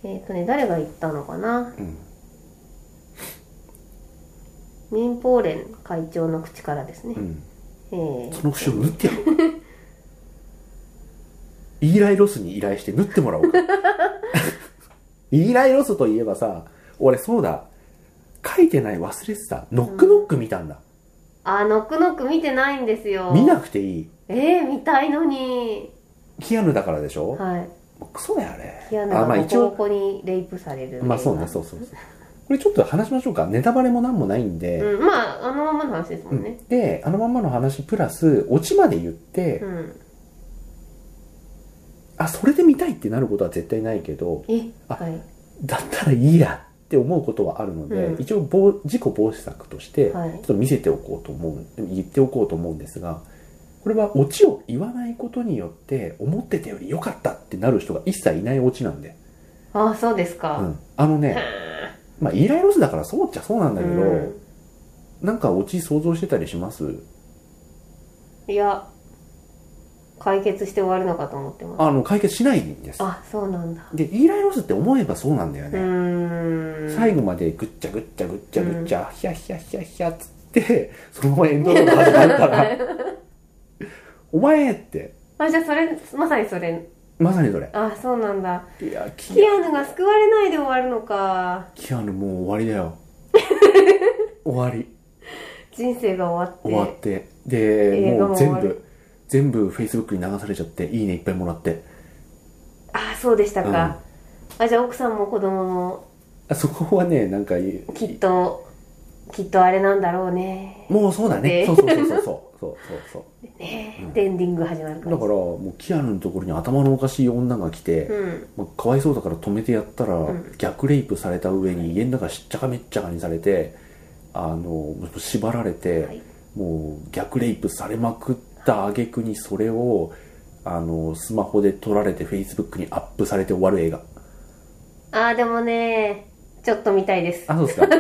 Speaker 2: えっ、とね誰が言ったのかな
Speaker 1: うん
Speaker 2: 民放連会長の口からですね、
Speaker 1: うん
Speaker 2: えー
Speaker 1: その節を縫ってやろう イーライロスに依頼して縫ってもらおうか イーライロスといえばさ俺そうだ書いてない忘れてたノックノック見たんだ、
Speaker 2: あノックノック見てないんですよ
Speaker 1: 見なくていい
Speaker 2: えー、見たいのに
Speaker 1: キアヌだからでしょ、
Speaker 2: はい
Speaker 1: もうクソだよあれ
Speaker 2: キアヌ
Speaker 1: あ
Speaker 2: が
Speaker 1: まあ
Speaker 2: ボ
Speaker 1: 一
Speaker 2: コボ
Speaker 1: 応
Speaker 2: コにレイプされる
Speaker 1: まあそうね
Speaker 2: 映画
Speaker 1: そうそうそうこれちょっと話しましょうか。ネタバレもなんもないんで。
Speaker 2: うん、まああのままの話ですもんね
Speaker 1: で、あのまんまの話プラス、オチまで言って、
Speaker 2: うん
Speaker 1: あ、それで見たいってなることは絶対ないけど、
Speaker 2: え
Speaker 1: あ
Speaker 2: はい
Speaker 1: だったらいいやって思うことはあるので、
Speaker 2: うん
Speaker 1: 一応防、事故防止策として、ち
Speaker 2: はい
Speaker 1: ょっと見せておこうと思う、言っておこうと思うんですが、これはオチを言わないことによって、思ってたより良かったってなる人が一切いないオチなんで。
Speaker 2: ああそうですか、
Speaker 1: うん。あのね、まあ、イライロスだからそうっちゃそうなんだけど、
Speaker 2: うん
Speaker 1: なんかオチ想像してたりします
Speaker 2: いや解決して終わるのかと思ってます
Speaker 1: あの、解決しないんです。
Speaker 2: あそうなんだ
Speaker 1: で、イライロスって思えばそうなんだよ
Speaker 2: う
Speaker 1: ね。
Speaker 2: ーん
Speaker 1: 最後までぐっちゃぐっちゃぐっちゃぐっちゃ、ヒャヒャヒャヒャっつって、そのままエンドロール始まるから、お前って、
Speaker 2: あじゃあそれまさにそれ
Speaker 1: まさにそれ。
Speaker 2: あそうなんだ
Speaker 1: いや、キ
Speaker 2: キアヌが救われないで終わるのか
Speaker 1: キアヌもう終わりだ よ。終わり。
Speaker 2: 人生が終わって
Speaker 1: 終わって。で、
Speaker 2: 映画
Speaker 1: も
Speaker 2: も
Speaker 1: う
Speaker 2: 終
Speaker 1: 全
Speaker 2: わる
Speaker 1: 部、全部 Facebook に流されちゃって、いいねいっぱいもらって。
Speaker 2: あそうでしたか、あじゃあ奥さんも子供も
Speaker 1: あそこはね、なんかいい、
Speaker 2: きっときっとあれなんだろうね
Speaker 1: もうそうだね。
Speaker 2: で
Speaker 1: そうそうそうそうそう。そうそうそう。
Speaker 2: ねでエンディング始まる
Speaker 1: だか
Speaker 2: から
Speaker 1: らもうキアヌのところに頭のおかしい女が来て、
Speaker 2: うん
Speaker 1: まあ、かわいそうだから止めてやったら、
Speaker 2: うん
Speaker 1: 逆レイプされた上に家の中しっちゃかめっちゃかにされてあの縛られて、
Speaker 2: はい
Speaker 1: もう逆レイプされまくった挙句にそれをあのスマホで撮られてフェイスブックにアップされて終わる映画
Speaker 2: あーでもねちょっと見たいです
Speaker 1: あそうです かじゃ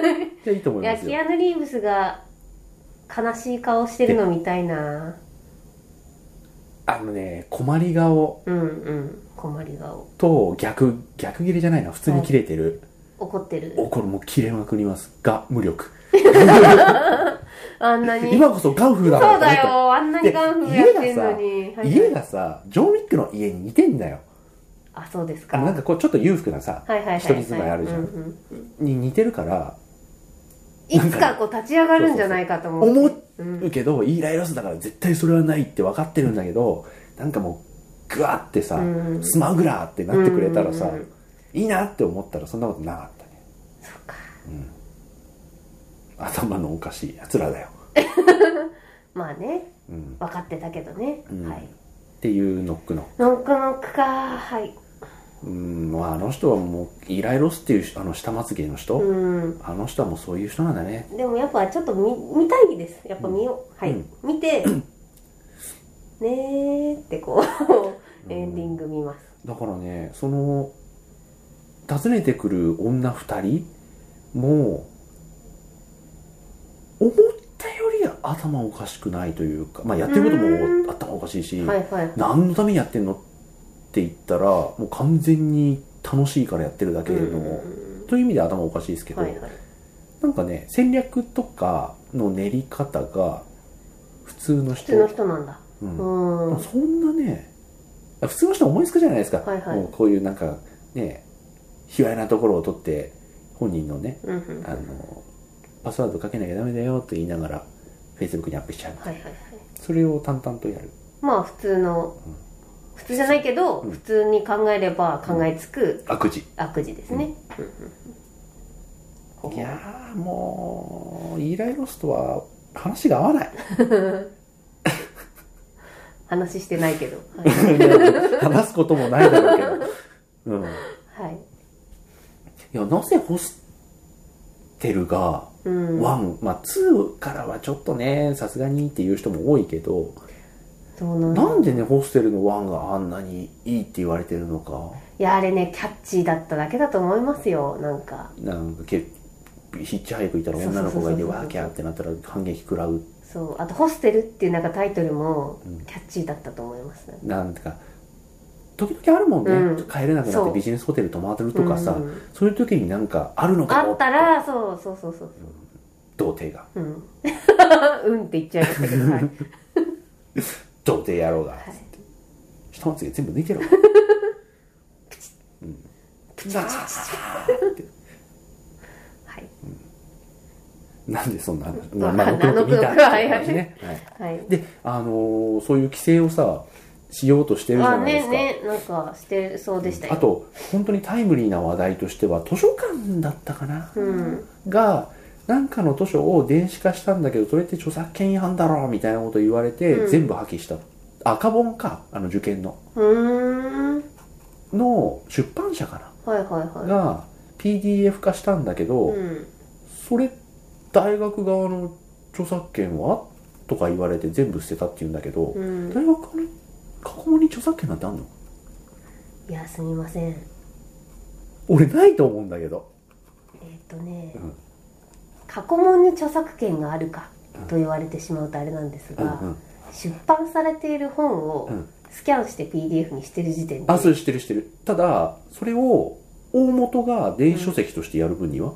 Speaker 1: あいいと思
Speaker 2: い
Speaker 1: い
Speaker 2: や
Speaker 1: ます
Speaker 2: キ
Speaker 1: よ
Speaker 2: アヌ・リーブスが悲しい顔してるの見たいな
Speaker 1: あのね困り顔
Speaker 2: うんうん困り顔
Speaker 1: と逆逆切れじゃないな普通に切れてる、
Speaker 2: 怒ってる
Speaker 1: おこれもう切れまくりますが無力
Speaker 2: あんなに
Speaker 1: 今こそガンフーだろ
Speaker 2: そう
Speaker 1: うと思っ
Speaker 2: だ
Speaker 1: て
Speaker 2: よあんなにガンフーやってんのにはい
Speaker 1: 家がさジョン・ウィックの家に似てんだよ
Speaker 2: あそうです
Speaker 1: あ
Speaker 2: か
Speaker 1: のなんかこうちょっと裕福なさ
Speaker 2: はいはいはいはい
Speaker 1: 一人住まいあるじゃん
Speaker 2: ううん
Speaker 1: に似てるから
Speaker 2: いつかこう立ち上がるんじゃないかと思って
Speaker 1: 思う
Speaker 2: うん
Speaker 1: けどイーライロスだから絶対それはないって分かってるんだけどなんかもうグワってさ、
Speaker 2: うん
Speaker 1: スマグラーってなってくれたらさ、
Speaker 2: うんうんうん
Speaker 1: いいなって思ったらそんなことなかったね
Speaker 2: そっか
Speaker 1: 頭のおかしいやつらだよ、
Speaker 2: まあね
Speaker 1: うん、
Speaker 2: 分かってたけどね、
Speaker 1: うん
Speaker 2: はい
Speaker 1: っていうノックの
Speaker 2: ノックノックかはい
Speaker 1: うんまああの人はもうイーライロスっていうあの下まつげの人、
Speaker 2: うん
Speaker 1: あの人はもうそういう人なんだね
Speaker 2: でもやっぱちょっと見見たいですやっぱ見よう、はい、
Speaker 1: うん
Speaker 2: 見てねーってこうエンディング見ます、
Speaker 1: だからねその訪ねてくる女2人も思ったより頭おかしくないというか、まあ、やってること
Speaker 2: うん
Speaker 1: も頭おかしいし、
Speaker 2: はいはい
Speaker 1: 何のためにやってんのって言ったらもう完全に楽しいからやってるだけ
Speaker 2: う
Speaker 1: の、
Speaker 2: んうん
Speaker 1: という意味で頭おかしいですけ
Speaker 2: うん
Speaker 1: ど、
Speaker 2: はいはい
Speaker 1: なんかね戦略とかの練り方が普通の
Speaker 2: 普
Speaker 1: 人
Speaker 2: 通の人なんだ
Speaker 1: う
Speaker 2: うんん、はい
Speaker 1: そんなね普通の人思いつくじゃないですか、
Speaker 2: はいはい
Speaker 1: もうこういうなんかね卑猥なところを取って本人のね
Speaker 2: うんうん
Speaker 1: あ
Speaker 2: はい
Speaker 1: のパスワードかけなきゃダメだよと言いながら Facebook にアップしちゃう
Speaker 2: はいはい
Speaker 1: それを淡々とやる
Speaker 2: まあ普通の
Speaker 1: うん
Speaker 2: 普通じゃないけど、
Speaker 1: うん
Speaker 2: 普通に考えれば考えつく
Speaker 1: 悪事
Speaker 2: 悪事ですね、うんうん
Speaker 1: いやーもうイーライロスとは話が合わない
Speaker 2: 話してないけど は
Speaker 1: 話すこともないだろうけど、うん、い
Speaker 2: い、はい、
Speaker 1: やなぜホステルが
Speaker 2: うん
Speaker 1: 1、まあ、2からはちょっとねさすがにっていう人も多いけど
Speaker 2: そうなんだ
Speaker 1: なんでねホステルのワンがあんなにいいって言われてるのか
Speaker 2: いやあれねキャッチーだっただけだと思いますよなんか
Speaker 1: なんかけヒッチハイクいたら女の子がいて
Speaker 2: そうそうそうそう
Speaker 1: ワーキャーってなったら反撃食らう
Speaker 2: そうあと「ホステル」っていうなんかタイトルも
Speaker 1: うん
Speaker 2: キャッチーだったと思います、
Speaker 1: なんてか時々あるもんね、
Speaker 2: うん
Speaker 1: 帰れなくなっ
Speaker 2: そう
Speaker 1: てビジネスホテル泊まってるとかさ、
Speaker 2: うんうん
Speaker 1: そういう時になんかあるのか
Speaker 2: あ
Speaker 1: も
Speaker 2: ったらそうそうそうそう
Speaker 1: 童貞が
Speaker 2: うん うんって言っちゃいましたけ どはい、
Speaker 1: 童貞野郎が、
Speaker 2: はい
Speaker 1: 下まつげ全部抜い てろうんなあって
Speaker 2: はい
Speaker 1: なんでそんな話、
Speaker 2: ん
Speaker 1: まあ、
Speaker 2: あの
Speaker 1: 見たっていう話ね、はい
Speaker 2: はい、
Speaker 1: で、あのーそういう規制をさ、しようとしてるじ
Speaker 2: あ
Speaker 1: ゃないです
Speaker 2: ね
Speaker 1: か。
Speaker 2: ねなんかしてそうでしたよ
Speaker 1: あと本当にタイムリーな話題としては図書館だったかな、
Speaker 2: うん
Speaker 1: がなんかの図書を電子化したんだけどそれって著作権違反だろみたいなこと言われて、
Speaker 2: うん
Speaker 1: 全部破棄した赤本かあの受験の
Speaker 2: うーん
Speaker 1: の出版社か
Speaker 2: はいはい
Speaker 1: な
Speaker 2: は
Speaker 1: が PDF 化したんだけど、
Speaker 2: いうん
Speaker 1: それ大学側の著作権はとか言われて全部捨てたって言うんだけど、
Speaker 2: うん
Speaker 1: 大学の過去に著作権なんてあんの
Speaker 2: いやすみませんえ
Speaker 1: 俺ないと思うんだけど
Speaker 2: ーっとね
Speaker 1: うん
Speaker 2: 過去問に著作権があるか
Speaker 1: うん
Speaker 2: と言われてしまうとあれなんです
Speaker 1: うんう
Speaker 2: が
Speaker 1: ん
Speaker 2: 出版されている本を
Speaker 1: うん
Speaker 2: スキャンして PDF にしてる時点で
Speaker 1: あそれ知ってる知ってるただそれを大元が電子書籍としてやる分には、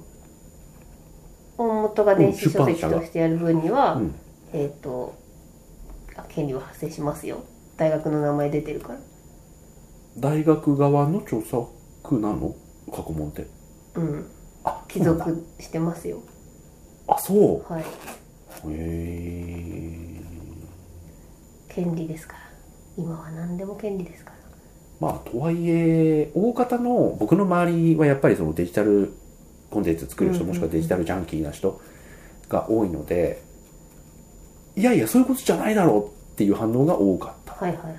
Speaker 2: 本元が電子書籍
Speaker 1: うん出版社が
Speaker 2: としてやる分には
Speaker 1: うん
Speaker 2: えーっとあ権利は発生しますよ大学の名前出てるから
Speaker 1: 大学側の著作なの過去問って
Speaker 2: うん
Speaker 1: あ
Speaker 2: 帰
Speaker 1: そうなんだ
Speaker 2: 属してますよ
Speaker 1: あそ
Speaker 2: はい
Speaker 1: へ
Speaker 2: う
Speaker 1: え
Speaker 2: 権利ですから今は何でも権利ですから
Speaker 1: まあとはいえ大方の僕の周りはやっぱりそのデジタルコンテンツ作る人
Speaker 2: うん
Speaker 1: も
Speaker 2: うんう
Speaker 1: し
Speaker 2: ん
Speaker 1: くはデジタルジャンキーな人が多いのでいやいやそういうことじゃないだろうっていう反応が多かった
Speaker 2: はいはいはい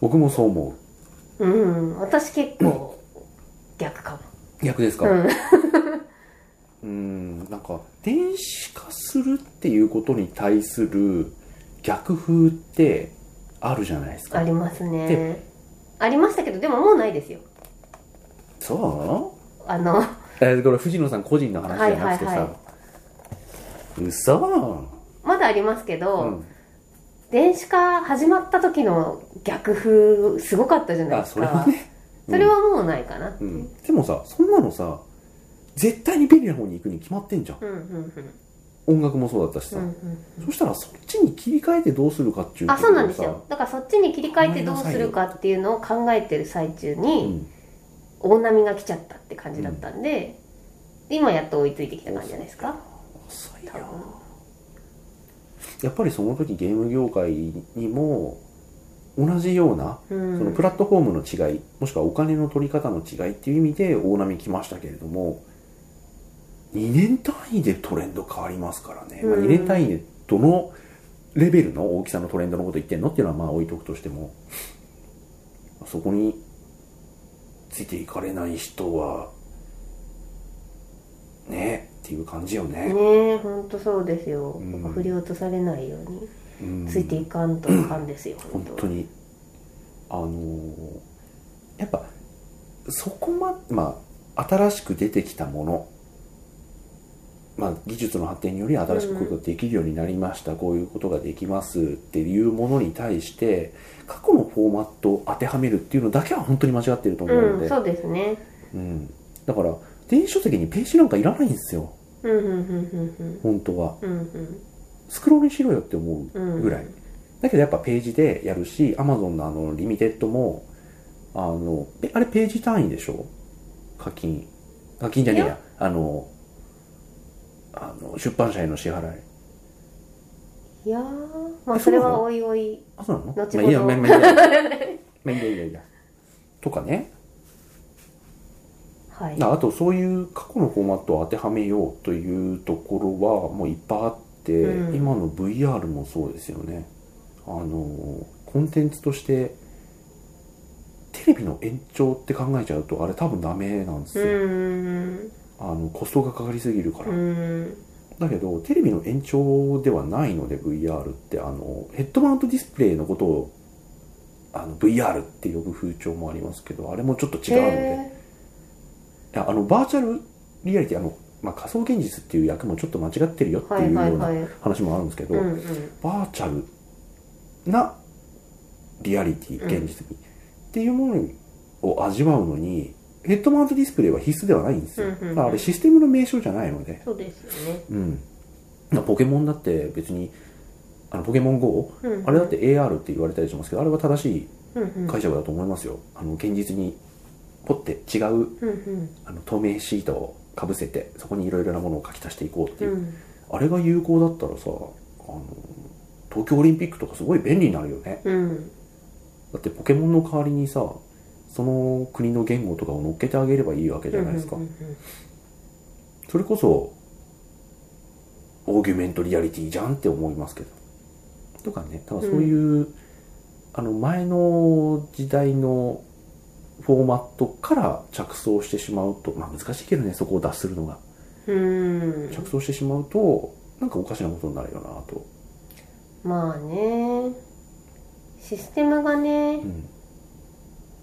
Speaker 1: 僕もそう思
Speaker 2: うん、うん、私結構逆かも
Speaker 1: う逆ですか、
Speaker 2: うん
Speaker 1: うーんなんか電子化するっていうことに対する逆風ってあるじゃないです
Speaker 2: あ
Speaker 1: か
Speaker 2: りますね
Speaker 1: で
Speaker 2: ありましたけどでももうないですよ
Speaker 1: そうなの
Speaker 2: あの
Speaker 1: えーこれ藤野さん個人の話じゃなくて
Speaker 2: はいはい
Speaker 1: さ
Speaker 2: は
Speaker 1: 嘘
Speaker 2: まだありますけど、
Speaker 1: うん
Speaker 2: 電子化始まった時の逆風すごかったじゃない
Speaker 1: あ
Speaker 2: です
Speaker 1: そ
Speaker 2: か
Speaker 1: れはね、
Speaker 2: それはもうないかな、
Speaker 1: うん、でもさそんなのさ絶対に便利な方に行くに決まってんじゃん
Speaker 2: うんうんうん
Speaker 1: 音楽もそうだったし
Speaker 2: う
Speaker 1: さ、
Speaker 2: んうん
Speaker 1: そしたらそっちに切り替えてどうするかっていう
Speaker 2: あ
Speaker 1: とこ
Speaker 2: そう
Speaker 1: ろ
Speaker 2: な
Speaker 1: を
Speaker 2: んです
Speaker 1: さ
Speaker 2: よだからそっちに切り替えてどうするかっていうのを考えてる最中に、
Speaker 1: うん
Speaker 2: 大波が来ちゃったって感じだったんで、今やっと追いついてきた感じじゃないですか
Speaker 1: 遅い
Speaker 2: 多分
Speaker 1: よやっぱりその時ゲーム業界にも同じような
Speaker 2: うん
Speaker 1: そのプラットフォームの違いもしくはお金の取り方の違いっていう意味で大波来ましたけれども2年単位でトレンド変わりますからね、まあ、
Speaker 2: うん
Speaker 1: 2年単位でどのレベルの大きさのトレンドのこと言ってんのっていうのはまあ置いとくとしてもそこについていかれない人はねっていう感じよね、
Speaker 2: ねえほんとそうですよ、
Speaker 1: ん
Speaker 2: 振り落とされないように、
Speaker 1: うん
Speaker 2: ついていかんといかんですよ、
Speaker 1: 本当
Speaker 2: に
Speaker 1: にあのーやっぱそこままあ新しく出てきたものまあ、技術の発展により新しくこういうことができるようになりました、こういうことができますっていうものに対して過去のフォーマットを当てはめるっていうのだけは本当に間違ってると思うの
Speaker 2: う
Speaker 1: で、
Speaker 2: んそうですね
Speaker 1: うんだから電子書籍にページなんかいらないんですよ
Speaker 2: うんうんうん
Speaker 1: 本当は
Speaker 2: うんうん
Speaker 1: スクロールしろよって思う
Speaker 2: うんうん
Speaker 1: ぐらいだけどやっぱページでやるし Amazon のあのリミテッドもあのえあれページ単位でしょ課金課金じゃねえ
Speaker 2: い
Speaker 1: やあのあの出版社への支払い
Speaker 2: いやーまあ
Speaker 1: え
Speaker 2: それ
Speaker 1: そうな
Speaker 2: は
Speaker 1: の
Speaker 2: おいおい
Speaker 1: あそうなの
Speaker 2: 後ほど
Speaker 1: まあいいやまあまあいいや まあいいやいいやいいやとかね
Speaker 2: はい
Speaker 1: ああとそういう過去のフォーマットを当てはめようというところはもういっぱいあって、
Speaker 2: うん
Speaker 1: 今の VR もそうですよねあのコンテンツとしてテレビの延長って考えちゃうとあれ多分ダメなんです
Speaker 2: う
Speaker 1: よ、
Speaker 2: ん
Speaker 1: あのコストがかかりすぎるから、
Speaker 2: うん
Speaker 1: だけどテレビの延長ではないので VR ってあのヘッドマウントディスプレイのことをあの VR って呼ぶ風潮もありますけどあれもちょっと違うので
Speaker 2: へ
Speaker 1: いやあのバーチャルリアリティあの、まあ、仮想現実っていう役もちょっと間違ってるよっ
Speaker 2: ー
Speaker 1: て
Speaker 2: はいいうはい
Speaker 1: よう
Speaker 2: は
Speaker 1: ない話もあるんですけど、
Speaker 2: うんうん
Speaker 1: バーチャルなリアリティ
Speaker 2: うん
Speaker 1: 現実に、っていうものを味わうのにヘッドマウントディスプレイは必須ではないんですよ、
Speaker 2: うんうんう
Speaker 1: だ
Speaker 2: ん
Speaker 1: からあれシステムの名称じゃないので、
Speaker 2: そうですよね
Speaker 1: うん、まあポケモンだって別にあのポケモン GO
Speaker 2: うん
Speaker 1: あれだって AR って言われたりしますけどあれは正しい
Speaker 2: うんうん
Speaker 1: 解釈だと思いますよ、あの現実にポッて違う
Speaker 2: うんうん
Speaker 1: あの透明シートをかぶせてそこにいろいろなものを書き足していこうって
Speaker 2: う
Speaker 1: いう、
Speaker 2: ん
Speaker 1: あれが有効だったらさあの東京オリンピックとかすごい便利になるよね
Speaker 2: うん
Speaker 1: だってポケモンの代わりにさその国の言語とかを乗っけてあげればいいわけじゃないですか、
Speaker 2: うんうんうん
Speaker 1: それこそオーギュメントリアリティじゃんって思いますけどとかね多分そういう、あの前の時代のフォーマットから着想してしまうとまあ難しいけどねそこを脱するのが
Speaker 2: うん
Speaker 1: 着想してしまうとなんかおかしなことになるよなと、
Speaker 2: まあねシステムがね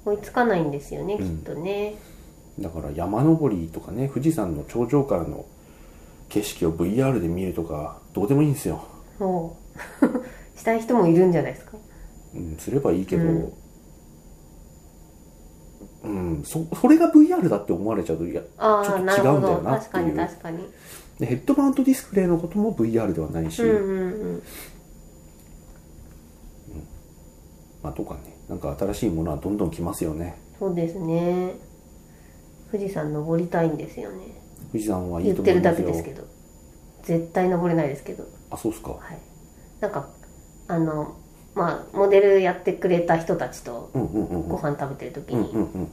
Speaker 1: うん、
Speaker 2: 追いつかないんですよね、
Speaker 1: うん
Speaker 2: きっとね
Speaker 1: だから山登りとかね富士山の頂上からの景色を VR で見るとかどうでもいいんですよ、
Speaker 2: そう したい人もいるんじゃないですか
Speaker 1: うん、すればいいけど、
Speaker 2: う
Speaker 1: うん
Speaker 2: ん
Speaker 1: そそれが VR だって思われちゃうといや
Speaker 2: あ
Speaker 1: ちょっ
Speaker 2: あ
Speaker 1: と
Speaker 2: なる
Speaker 1: 違う
Speaker 2: ほ
Speaker 1: んだよ
Speaker 2: ど
Speaker 1: な
Speaker 2: 確
Speaker 1: って
Speaker 2: か
Speaker 1: い
Speaker 2: に
Speaker 1: う
Speaker 2: 確かに
Speaker 1: でヘッドマウントディスプレイのことも VR ではないし、
Speaker 2: うんうんうん
Speaker 1: まあ、とかねなんか新しいものはどんどん来ますよね
Speaker 2: そうですね富士山登りたいんですよね
Speaker 1: 富士山はいい
Speaker 2: 言
Speaker 1: と
Speaker 2: っ
Speaker 1: 思
Speaker 2: て
Speaker 1: い
Speaker 2: る
Speaker 1: ま
Speaker 2: だ
Speaker 1: す
Speaker 2: け
Speaker 1: よ
Speaker 2: ですけど絶対登れないですけど
Speaker 1: あそうっすか
Speaker 2: はいなんかあのまあモデルやってくれた人たちと
Speaker 1: うんうんうんう
Speaker 2: ご
Speaker 1: ん
Speaker 2: 飯食べてる時
Speaker 1: うん
Speaker 2: に、
Speaker 1: うんうん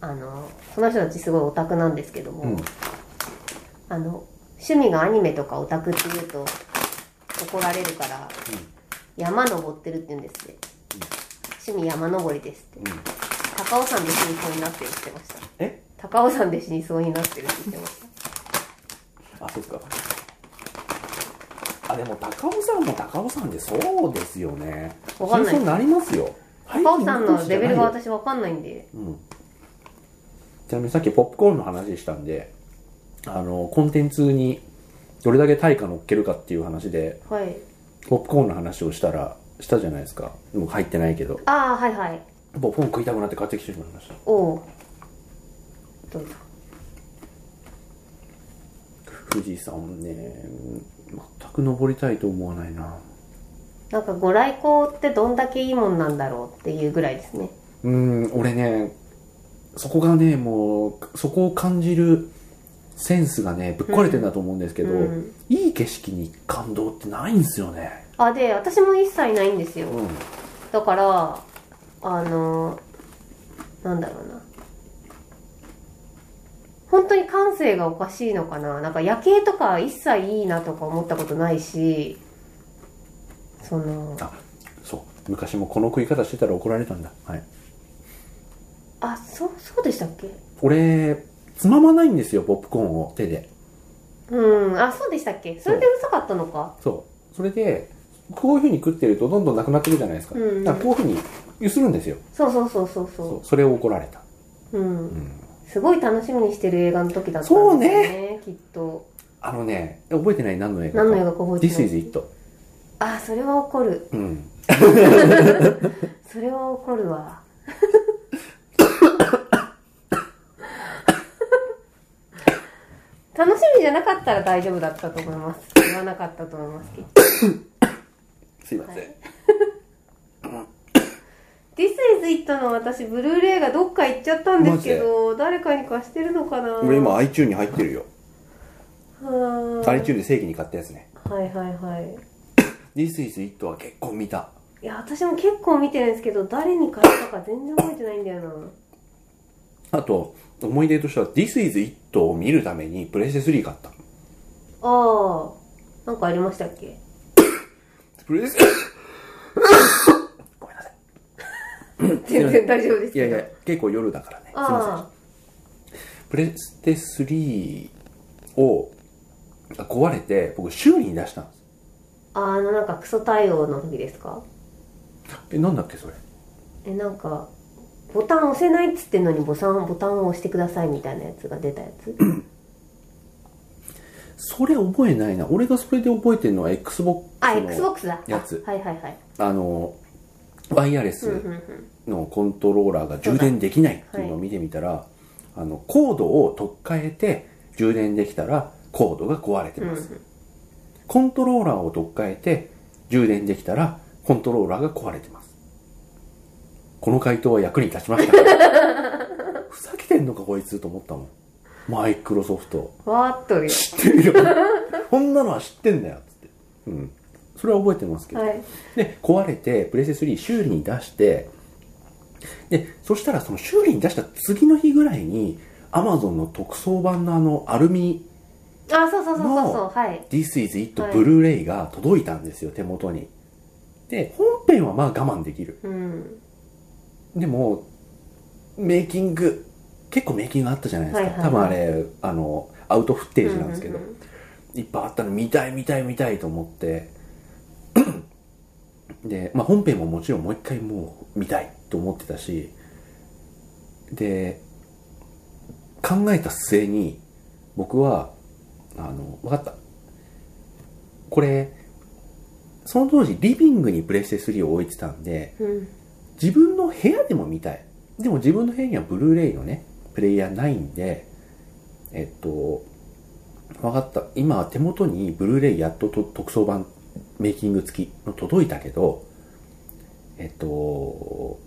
Speaker 2: あのその人たちすごいオタクなんですけども、
Speaker 1: うん
Speaker 2: あの趣味がアニメとかオタクっていうと怒られるから、山登ってるって言うんですって、趣味山登りですって、
Speaker 1: ん
Speaker 2: 高尾山で死にそうになってるって言ってました
Speaker 1: え
Speaker 2: 高尾山で死にそうになってるって言ってました
Speaker 1: あそうっすかあでも高尾山も高尾山でそうですよね
Speaker 2: わかんない
Speaker 1: そうなりますよ
Speaker 2: 高尾山のレ
Speaker 1: 背景の話じゃ
Speaker 2: ベルが
Speaker 1: ないよ
Speaker 2: 私わかんないんで
Speaker 1: うんちなみにさっきポップコーンの話したんであのコンテンツにどれだけ対価乗っけるかっていう話で
Speaker 2: はい
Speaker 1: ポップコーンの話をしたらしたじゃないですかでも入ってないけど
Speaker 2: ああはいはい
Speaker 1: ポップコーン食いたくなって買ってきてしまいました
Speaker 2: おおどうぞ
Speaker 1: 富士山ね全く登りたいと思わないな
Speaker 2: なんかご来光ってどんだけいいもんなんだろうっていうぐらいですね
Speaker 1: うん俺ねそこがねもうそこを感じるセンスがねぶっ壊れてんだと思うんですけど、
Speaker 2: うん
Speaker 1: いい景色に感動ってないんですよね
Speaker 2: あで私も一切ないんですよ
Speaker 1: うん
Speaker 2: だからあのなんだろうな本当に感性がおかしいのかななんか夜景とか一切いいなとか思ったことないしその
Speaker 1: あそう昔もこの食い方してたら怒られたんだはい
Speaker 2: あそうそうでしたっけ
Speaker 1: 俺つままないんですよポップコーンを手で
Speaker 2: うんあそうでしたっけそれで嘘かったのか
Speaker 1: そうそれでこういうふうに食ってるとどんどんなくなってくるじゃないですか,、
Speaker 2: うんうん
Speaker 1: だからこういうふうにゆするんですよ
Speaker 2: そうそうそうそうそう
Speaker 1: そうそれを怒られた、
Speaker 2: うん
Speaker 1: うん、
Speaker 2: すごい楽しみにしてる映画の時だったんです
Speaker 1: そう
Speaker 2: よね
Speaker 1: ね
Speaker 2: きっと
Speaker 1: あのね覚えてない何の映画か
Speaker 2: 何の映画か覚えてない
Speaker 1: This is it
Speaker 2: あそれは怒る
Speaker 1: うん
Speaker 2: それは怒る わ楽しみじゃなかったら大丈夫だったと思います言わなかったと思いますけど
Speaker 1: すいません、
Speaker 2: 「This is It」の私ブルーレイがどっか行っちゃったんですけど誰かに貸してるのかな
Speaker 1: 俺今 iTune に入ってるよ
Speaker 2: はー
Speaker 1: iTune で正義に買ったやつね
Speaker 2: はいはいはい
Speaker 1: This is it は結構見た
Speaker 2: いや私も結構見てるんですけど誰に貸したか全然覚えてないんだよな
Speaker 1: あと思い出としては This is it を見るためにプレステ3買った
Speaker 2: ああなんかありましたっけ
Speaker 1: プレスごめんなさい
Speaker 2: 全然大丈夫です
Speaker 1: い
Speaker 2: け
Speaker 1: や
Speaker 2: ど
Speaker 1: いや結構夜だからねすいません
Speaker 2: あ
Speaker 1: プレステ3をあ壊れて僕修理に出したんです
Speaker 2: ああのなんかクソ対応の時ですか
Speaker 1: えなんだっけそれ
Speaker 2: えなんかボタン押せないっつってんのにボタンボタンを押してくださいみたいなやつが出たやつ
Speaker 1: それ覚えないな俺がそれで覚えてるのは XBOX
Speaker 2: あ
Speaker 1: の
Speaker 2: XBOX だ
Speaker 1: やつ
Speaker 2: はいはいはい
Speaker 1: あのワイヤレ
Speaker 2: うんうん
Speaker 1: ス
Speaker 2: うん
Speaker 1: のコントローラーが充電できないっていうのを見てみたら、あのコードを取っ換えて充電できたらコードが壊れて
Speaker 2: うんう
Speaker 1: ます、
Speaker 2: ん
Speaker 1: コントローラーを取っ換えて充電できたらコントローラーが壊れてますこの回答は役に立ち ましたふざけてんのかこいつと思ったもんマイクロソフト
Speaker 2: わーっとる よ
Speaker 1: 知ってるよこんなのは知ってんだよっつってうんそれは覚えてますけど、
Speaker 2: はい
Speaker 1: で壊れてプレステ3修理に出してでそしたらその修理に出した次の日ぐらいにアマゾンの特装版のあのアルミ
Speaker 2: あそうそうそうそうそ
Speaker 1: の
Speaker 2: うはい
Speaker 1: This is It
Speaker 2: はい
Speaker 1: ブルーレイが届いたんですよ、手元にで本編はまあ我慢できる
Speaker 2: うん
Speaker 1: でもメイキング結構メイキングあったじゃないですか、
Speaker 2: はいはいはい
Speaker 1: 多分あれあのアウトフッテージなんですけど、
Speaker 2: ううん
Speaker 1: いっぱいあったの見たい見たい見たいと思って で、まあ、本編ももちろんもう一回もう見たいと思ってたしで考えた末に僕はあの分かったこれその当時リビングにプレステ3を置いてたんで
Speaker 2: うんうん
Speaker 1: 自分の部屋でも見たいでも自分の部屋にはブルーレイのねプレイヤーないんでえっと分かった今は手元にブルーレイやっとと特装版メイキング付きの届いたけどえっと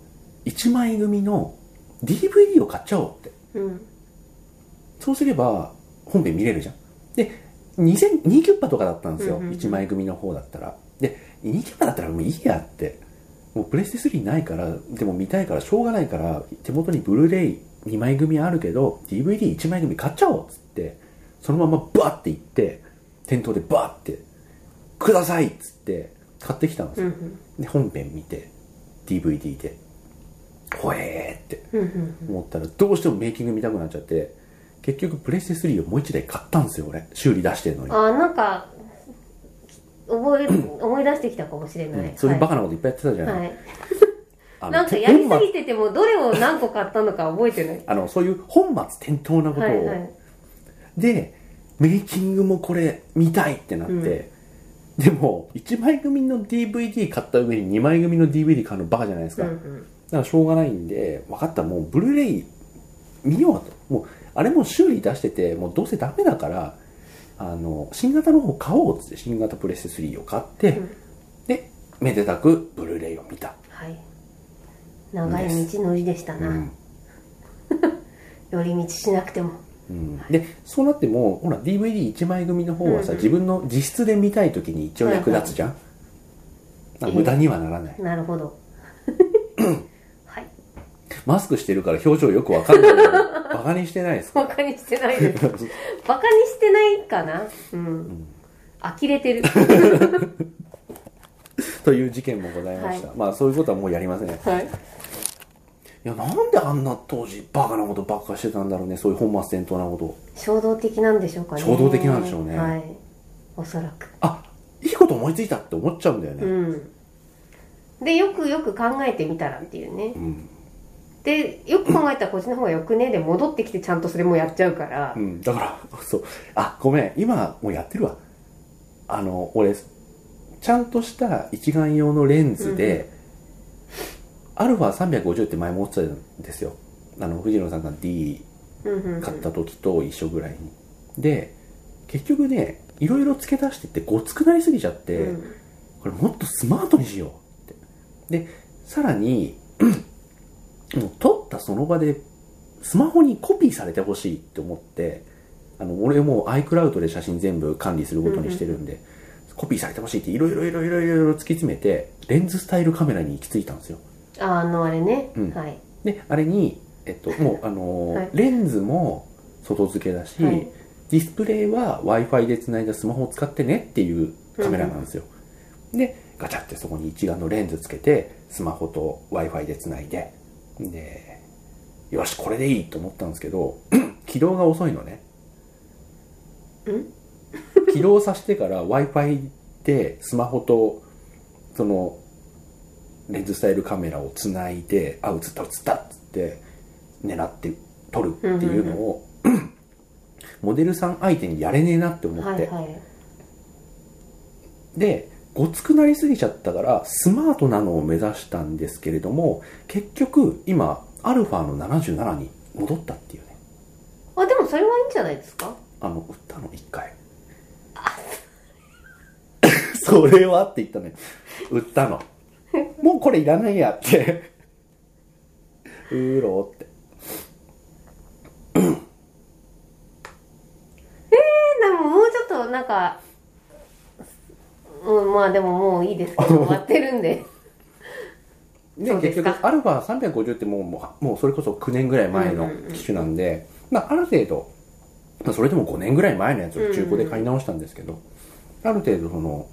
Speaker 1: 1枚組の DVD を買っちゃおうって
Speaker 2: うん
Speaker 1: そうすれば本編見れるじゃんで2000 2キュッパとかだったんですよ、
Speaker 2: うんうんうん
Speaker 1: 1枚組の方だったらで2キュッパだったらもういいやってもうプレステ3ないからでも見たいからしょうがないから手元にブルーレイ2枚組あるけど DVD1 枚組買っちゃおうっつってそのままバッて行って店頭でバッて「ください!」っつって買ってきたんです
Speaker 2: う
Speaker 1: よ、
Speaker 2: ん
Speaker 1: で本編見て DVD で「ほえー!」って
Speaker 2: うんうん
Speaker 1: 思ったらどうしてもメイキング見たくなっちゃって結局プレステ3をもう一台買ったんですよ俺修理出してるのに、
Speaker 2: あなんか覚え思い出してきたかもしれ
Speaker 1: う
Speaker 2: なんい、
Speaker 1: そういうバカなこといっぱいやってたじゃない、
Speaker 2: はい、はい、
Speaker 1: あの
Speaker 2: なんかやりす
Speaker 1: 本
Speaker 2: ぎててもどれを何個買ったのか覚えてない
Speaker 1: 末あのそういう本末転倒なことを、
Speaker 2: はいはい
Speaker 1: でメイキングもこれ見たいってなって、でも1枚組の DVD 買った上に2枚組の DVD 買うのバカじゃないです
Speaker 2: う
Speaker 1: か、
Speaker 2: んう
Speaker 1: だか
Speaker 2: ん
Speaker 1: らしょうがないんで分かったもうブルーレイ見ようともうあれも修理出しててもうどうせダメだからあの新型の方買おうっつって新型プレステ3を買って、
Speaker 2: うん
Speaker 1: でめでたくブルーレイを見た、
Speaker 2: はい長い道のりでしたな、
Speaker 1: うん
Speaker 2: 寄り道しなくても
Speaker 1: うんでそうなってもほら DVD1 枚組の方はさ、
Speaker 2: うんうん
Speaker 1: 自分の実質で見たい時に一応役立つじゃん、なんか無駄にはならない、
Speaker 2: なるほど はい
Speaker 1: マスクしてるから表情よくわかんないけどバカにしてないですか
Speaker 2: バカにしてないですバカにしてないかなうん、呆 れてる
Speaker 1: という事件もございました、まあそういうことはもうやりませんい
Speaker 2: はい
Speaker 1: やなんであんな当時バカなことばっかしてたんだろうねそういう本末転倒なことを
Speaker 2: 衝動的なんでしょうかね
Speaker 1: 衝動的なんでしょうね
Speaker 2: はいおそらく
Speaker 1: あいいこと思いついたって思っちゃうんだよ
Speaker 2: う
Speaker 1: ね、
Speaker 2: んでよくよく考えてみたらっていうね
Speaker 1: うん
Speaker 2: でよく考えたらこっちの方がよくねで戻ってきてちゃんとそれもやっちゃうから
Speaker 1: う、ん、だから、 そう。あ、ごめん、今もうやってるわ。あの、俺、ちゃんとした一眼用のレンズで、アルファ350って前も落ちてたんですよ。あの、藤野さんが D
Speaker 2: うんうんうん
Speaker 1: 買った時と一緒ぐらいに。で、結局ね、いろいろ付け足してってごつくなりすぎちゃって、
Speaker 2: うん
Speaker 1: これもっとスマートにしようって。で、さらに、 もう撮ったその場でスマホにコピーされてほしいって思って、あの、俺もう iCloud で写真全部管理することにしてるんで、コピーされてほしいっていろいろいろいろいろいろ突き詰めて、レンズスタイルカメラに行き着いたんですよ。
Speaker 2: ああのあれね、
Speaker 1: うん
Speaker 2: はい
Speaker 1: で、あれに、えっと、もう、あのー
Speaker 2: はい
Speaker 1: レンズも外付けだし、
Speaker 2: はい
Speaker 1: ディスプレイは Wi-Fi で繋いだスマホを使ってねっていうカメラなんですよ。で、ガチャってそこに一眼のレンズつけて、スマホと Wi-Fi で繋いで、で、よし、これでいいと思ったんですけど、起動が遅いのね。起動させてから Wi-Fi でスマホと、その、レンズスタイルカメラをつないで、あ、映った映ったっつって、狙って撮るっていうのを、 モデルさん相手にやれねえなって思って、
Speaker 2: はいはい
Speaker 1: でごつくなりすぎちゃったからスマートなのを目指したんですけれども結局今アルファの77に戻ったっていうね
Speaker 2: あでもそれはいいんじゃないですか
Speaker 1: あの売ったの1回 それはって言ったね売った のもうこれいらないやってうーろーって
Speaker 2: えでももうちょっとなんかうん、まあでももういいですけ ど、終わってるんで。
Speaker 1: で
Speaker 2: そうで
Speaker 1: 結
Speaker 2: すか
Speaker 1: 局アルファ350ってもうもうもうそれこそ9年ぐらい前の機種なんで、まあ、ある程度、まあ、それでも5年ぐらい前のやつを中古で買い直したんですけど、ある程度その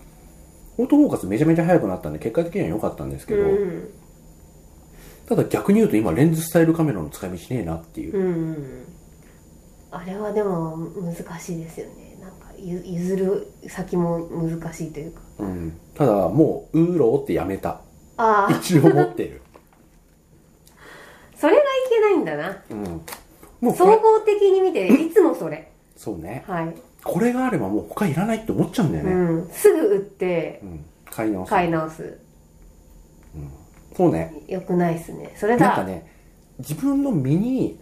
Speaker 1: オートフォーカスめちゃめちゃ速くなったんで結果的には良かったんですけ
Speaker 2: う
Speaker 1: ど、
Speaker 2: ん。
Speaker 1: ただ逆に言うと今レンズスタイルカメラの使い道ねえなっていう、
Speaker 2: うん。あれはでも難しいですよね。なんかゆ譲る先も難しいというか。
Speaker 1: うんただもうウーローってやめた
Speaker 2: ああ、
Speaker 1: 一応持って る、
Speaker 2: それがいけないんだな。
Speaker 1: うん、もうこ
Speaker 2: 総
Speaker 1: れ
Speaker 2: 合的に見て、いつもそれ。
Speaker 1: そうね
Speaker 2: はい。
Speaker 1: これがあればもう他いらないって思っちゃうんだよ
Speaker 2: う
Speaker 1: ね、
Speaker 2: ん。すぐ売って、
Speaker 1: うん買い直す
Speaker 2: 買い直す。
Speaker 1: そうね
Speaker 2: よくないっすね。それ
Speaker 1: なんか
Speaker 2: だ。
Speaker 1: ね自分の身に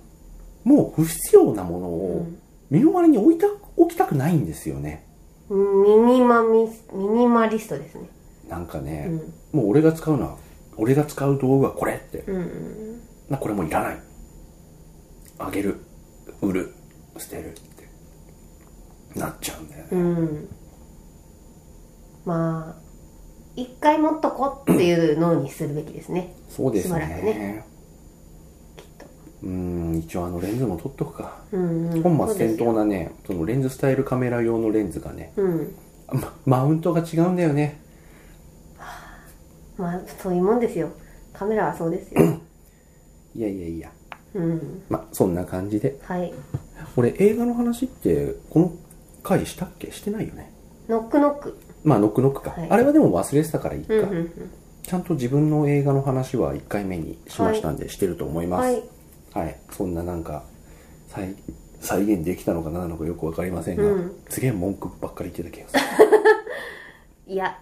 Speaker 1: もう不必要なもの
Speaker 2: う
Speaker 1: を
Speaker 2: ん
Speaker 1: 身の回りに置いた置きたくないんですよね
Speaker 2: ミニマミス、ミニマリストですね。
Speaker 1: なんか
Speaker 2: う
Speaker 1: ね、
Speaker 2: ん。
Speaker 1: もう俺が使うのは俺が使う道具はこれって
Speaker 2: うんうん。
Speaker 1: なこれもういらないあげる売る捨てるってなっちゃうんだよね、
Speaker 2: うんまあ一回持っとこっていう脳にするべきですね
Speaker 1: そうです
Speaker 2: しば
Speaker 1: ね
Speaker 2: らくねきっと
Speaker 1: うーん一応あのレンズも取っとくか
Speaker 2: うんうん
Speaker 1: 本末転倒
Speaker 2: な
Speaker 1: なねそのレンズスタイルカメラ用のレンズがね、
Speaker 2: うん
Speaker 1: まマウントが違うんだよね
Speaker 2: まあそういうもんですよカメラはそうです よ
Speaker 1: いやいやいや
Speaker 2: うん
Speaker 1: まそんな感じで
Speaker 2: はい
Speaker 1: 俺映画の話ってこの回したっけしてないよね
Speaker 2: ノックノック
Speaker 1: まあノックノックか、
Speaker 2: はい
Speaker 1: あれはでも忘れてたからいいか、
Speaker 2: うんうんうん
Speaker 1: ちゃんと自分の映画の話は1回目にしましたんで、してると思います
Speaker 2: は
Speaker 1: はいい、そんななんか再再現できたのかなのかよく分かりませんが、
Speaker 2: うん
Speaker 1: すげえ文句ばっかり言ってた気がする
Speaker 2: いや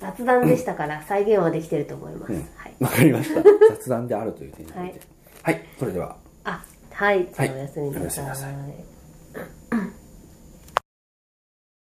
Speaker 2: 雑談でしたから再現はできてると思います、
Speaker 1: うん
Speaker 2: はい
Speaker 1: わかりま した雑談であるという点においてはい、それでは
Speaker 2: あはいじゃあ
Speaker 1: はい
Speaker 2: おやすみな
Speaker 1: おやすみな
Speaker 2: さ
Speaker 1: さ
Speaker 2: い